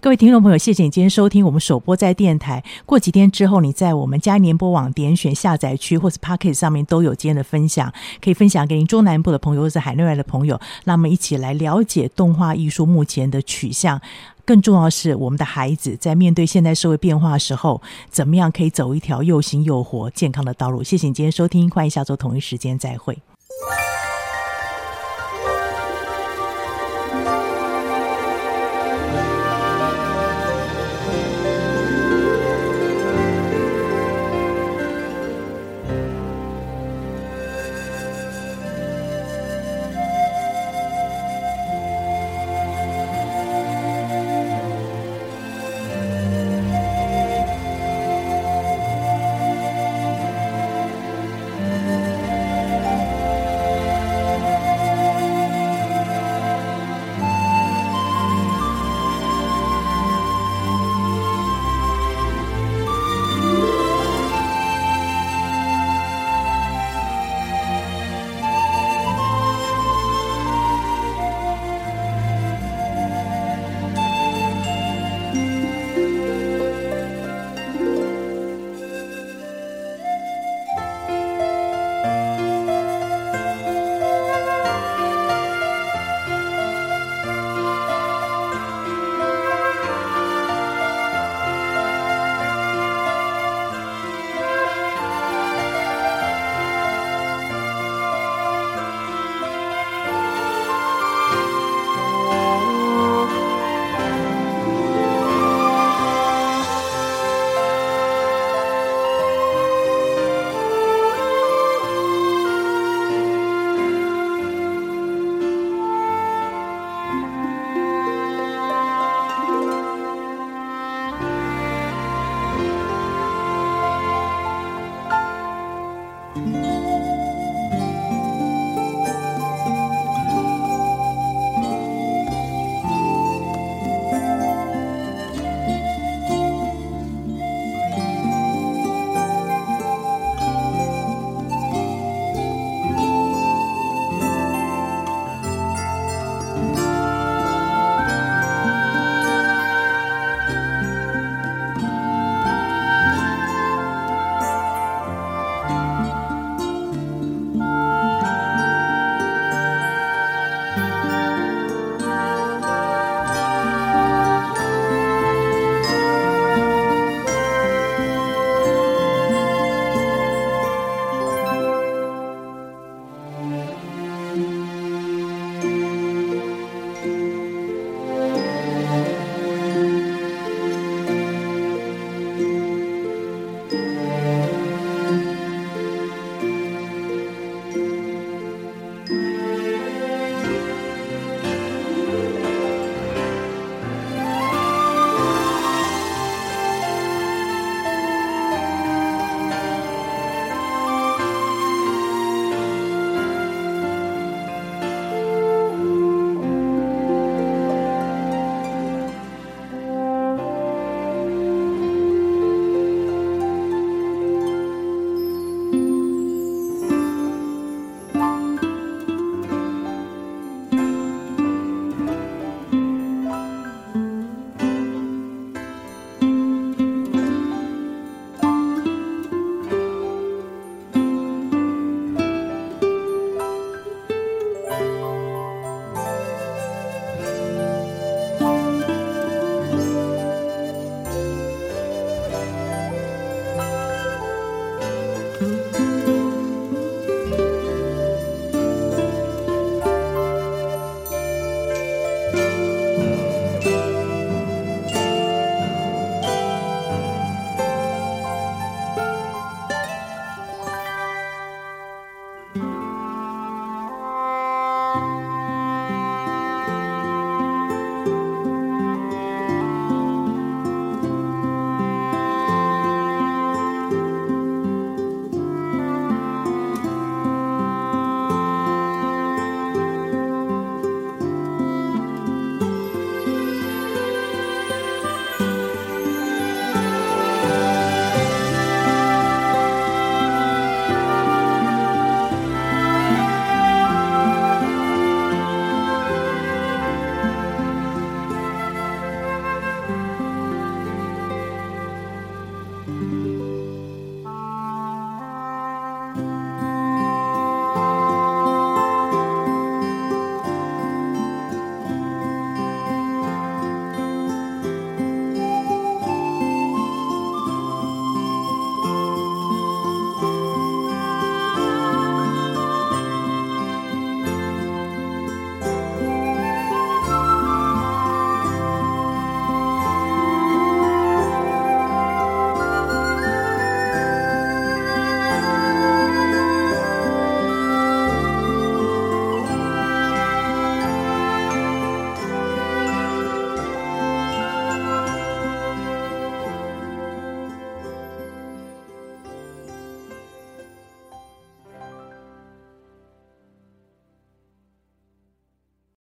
[SPEAKER 1] 各位听众朋友，谢谢你今天收听我们首播在电台。过几天之后，你在我们嘉年播网点选下载区或是 Pocket 上面都有今天的分享，可以分享给您中南部的朋友或是海内外的朋友，那么一起来了解动画艺术目前的取向。更重要的是，我们的孩子在面对现代社会变化的时候，怎么样可以走一条又新又活、健康的道路？谢谢你今天收听，欢迎下周同一时间再会。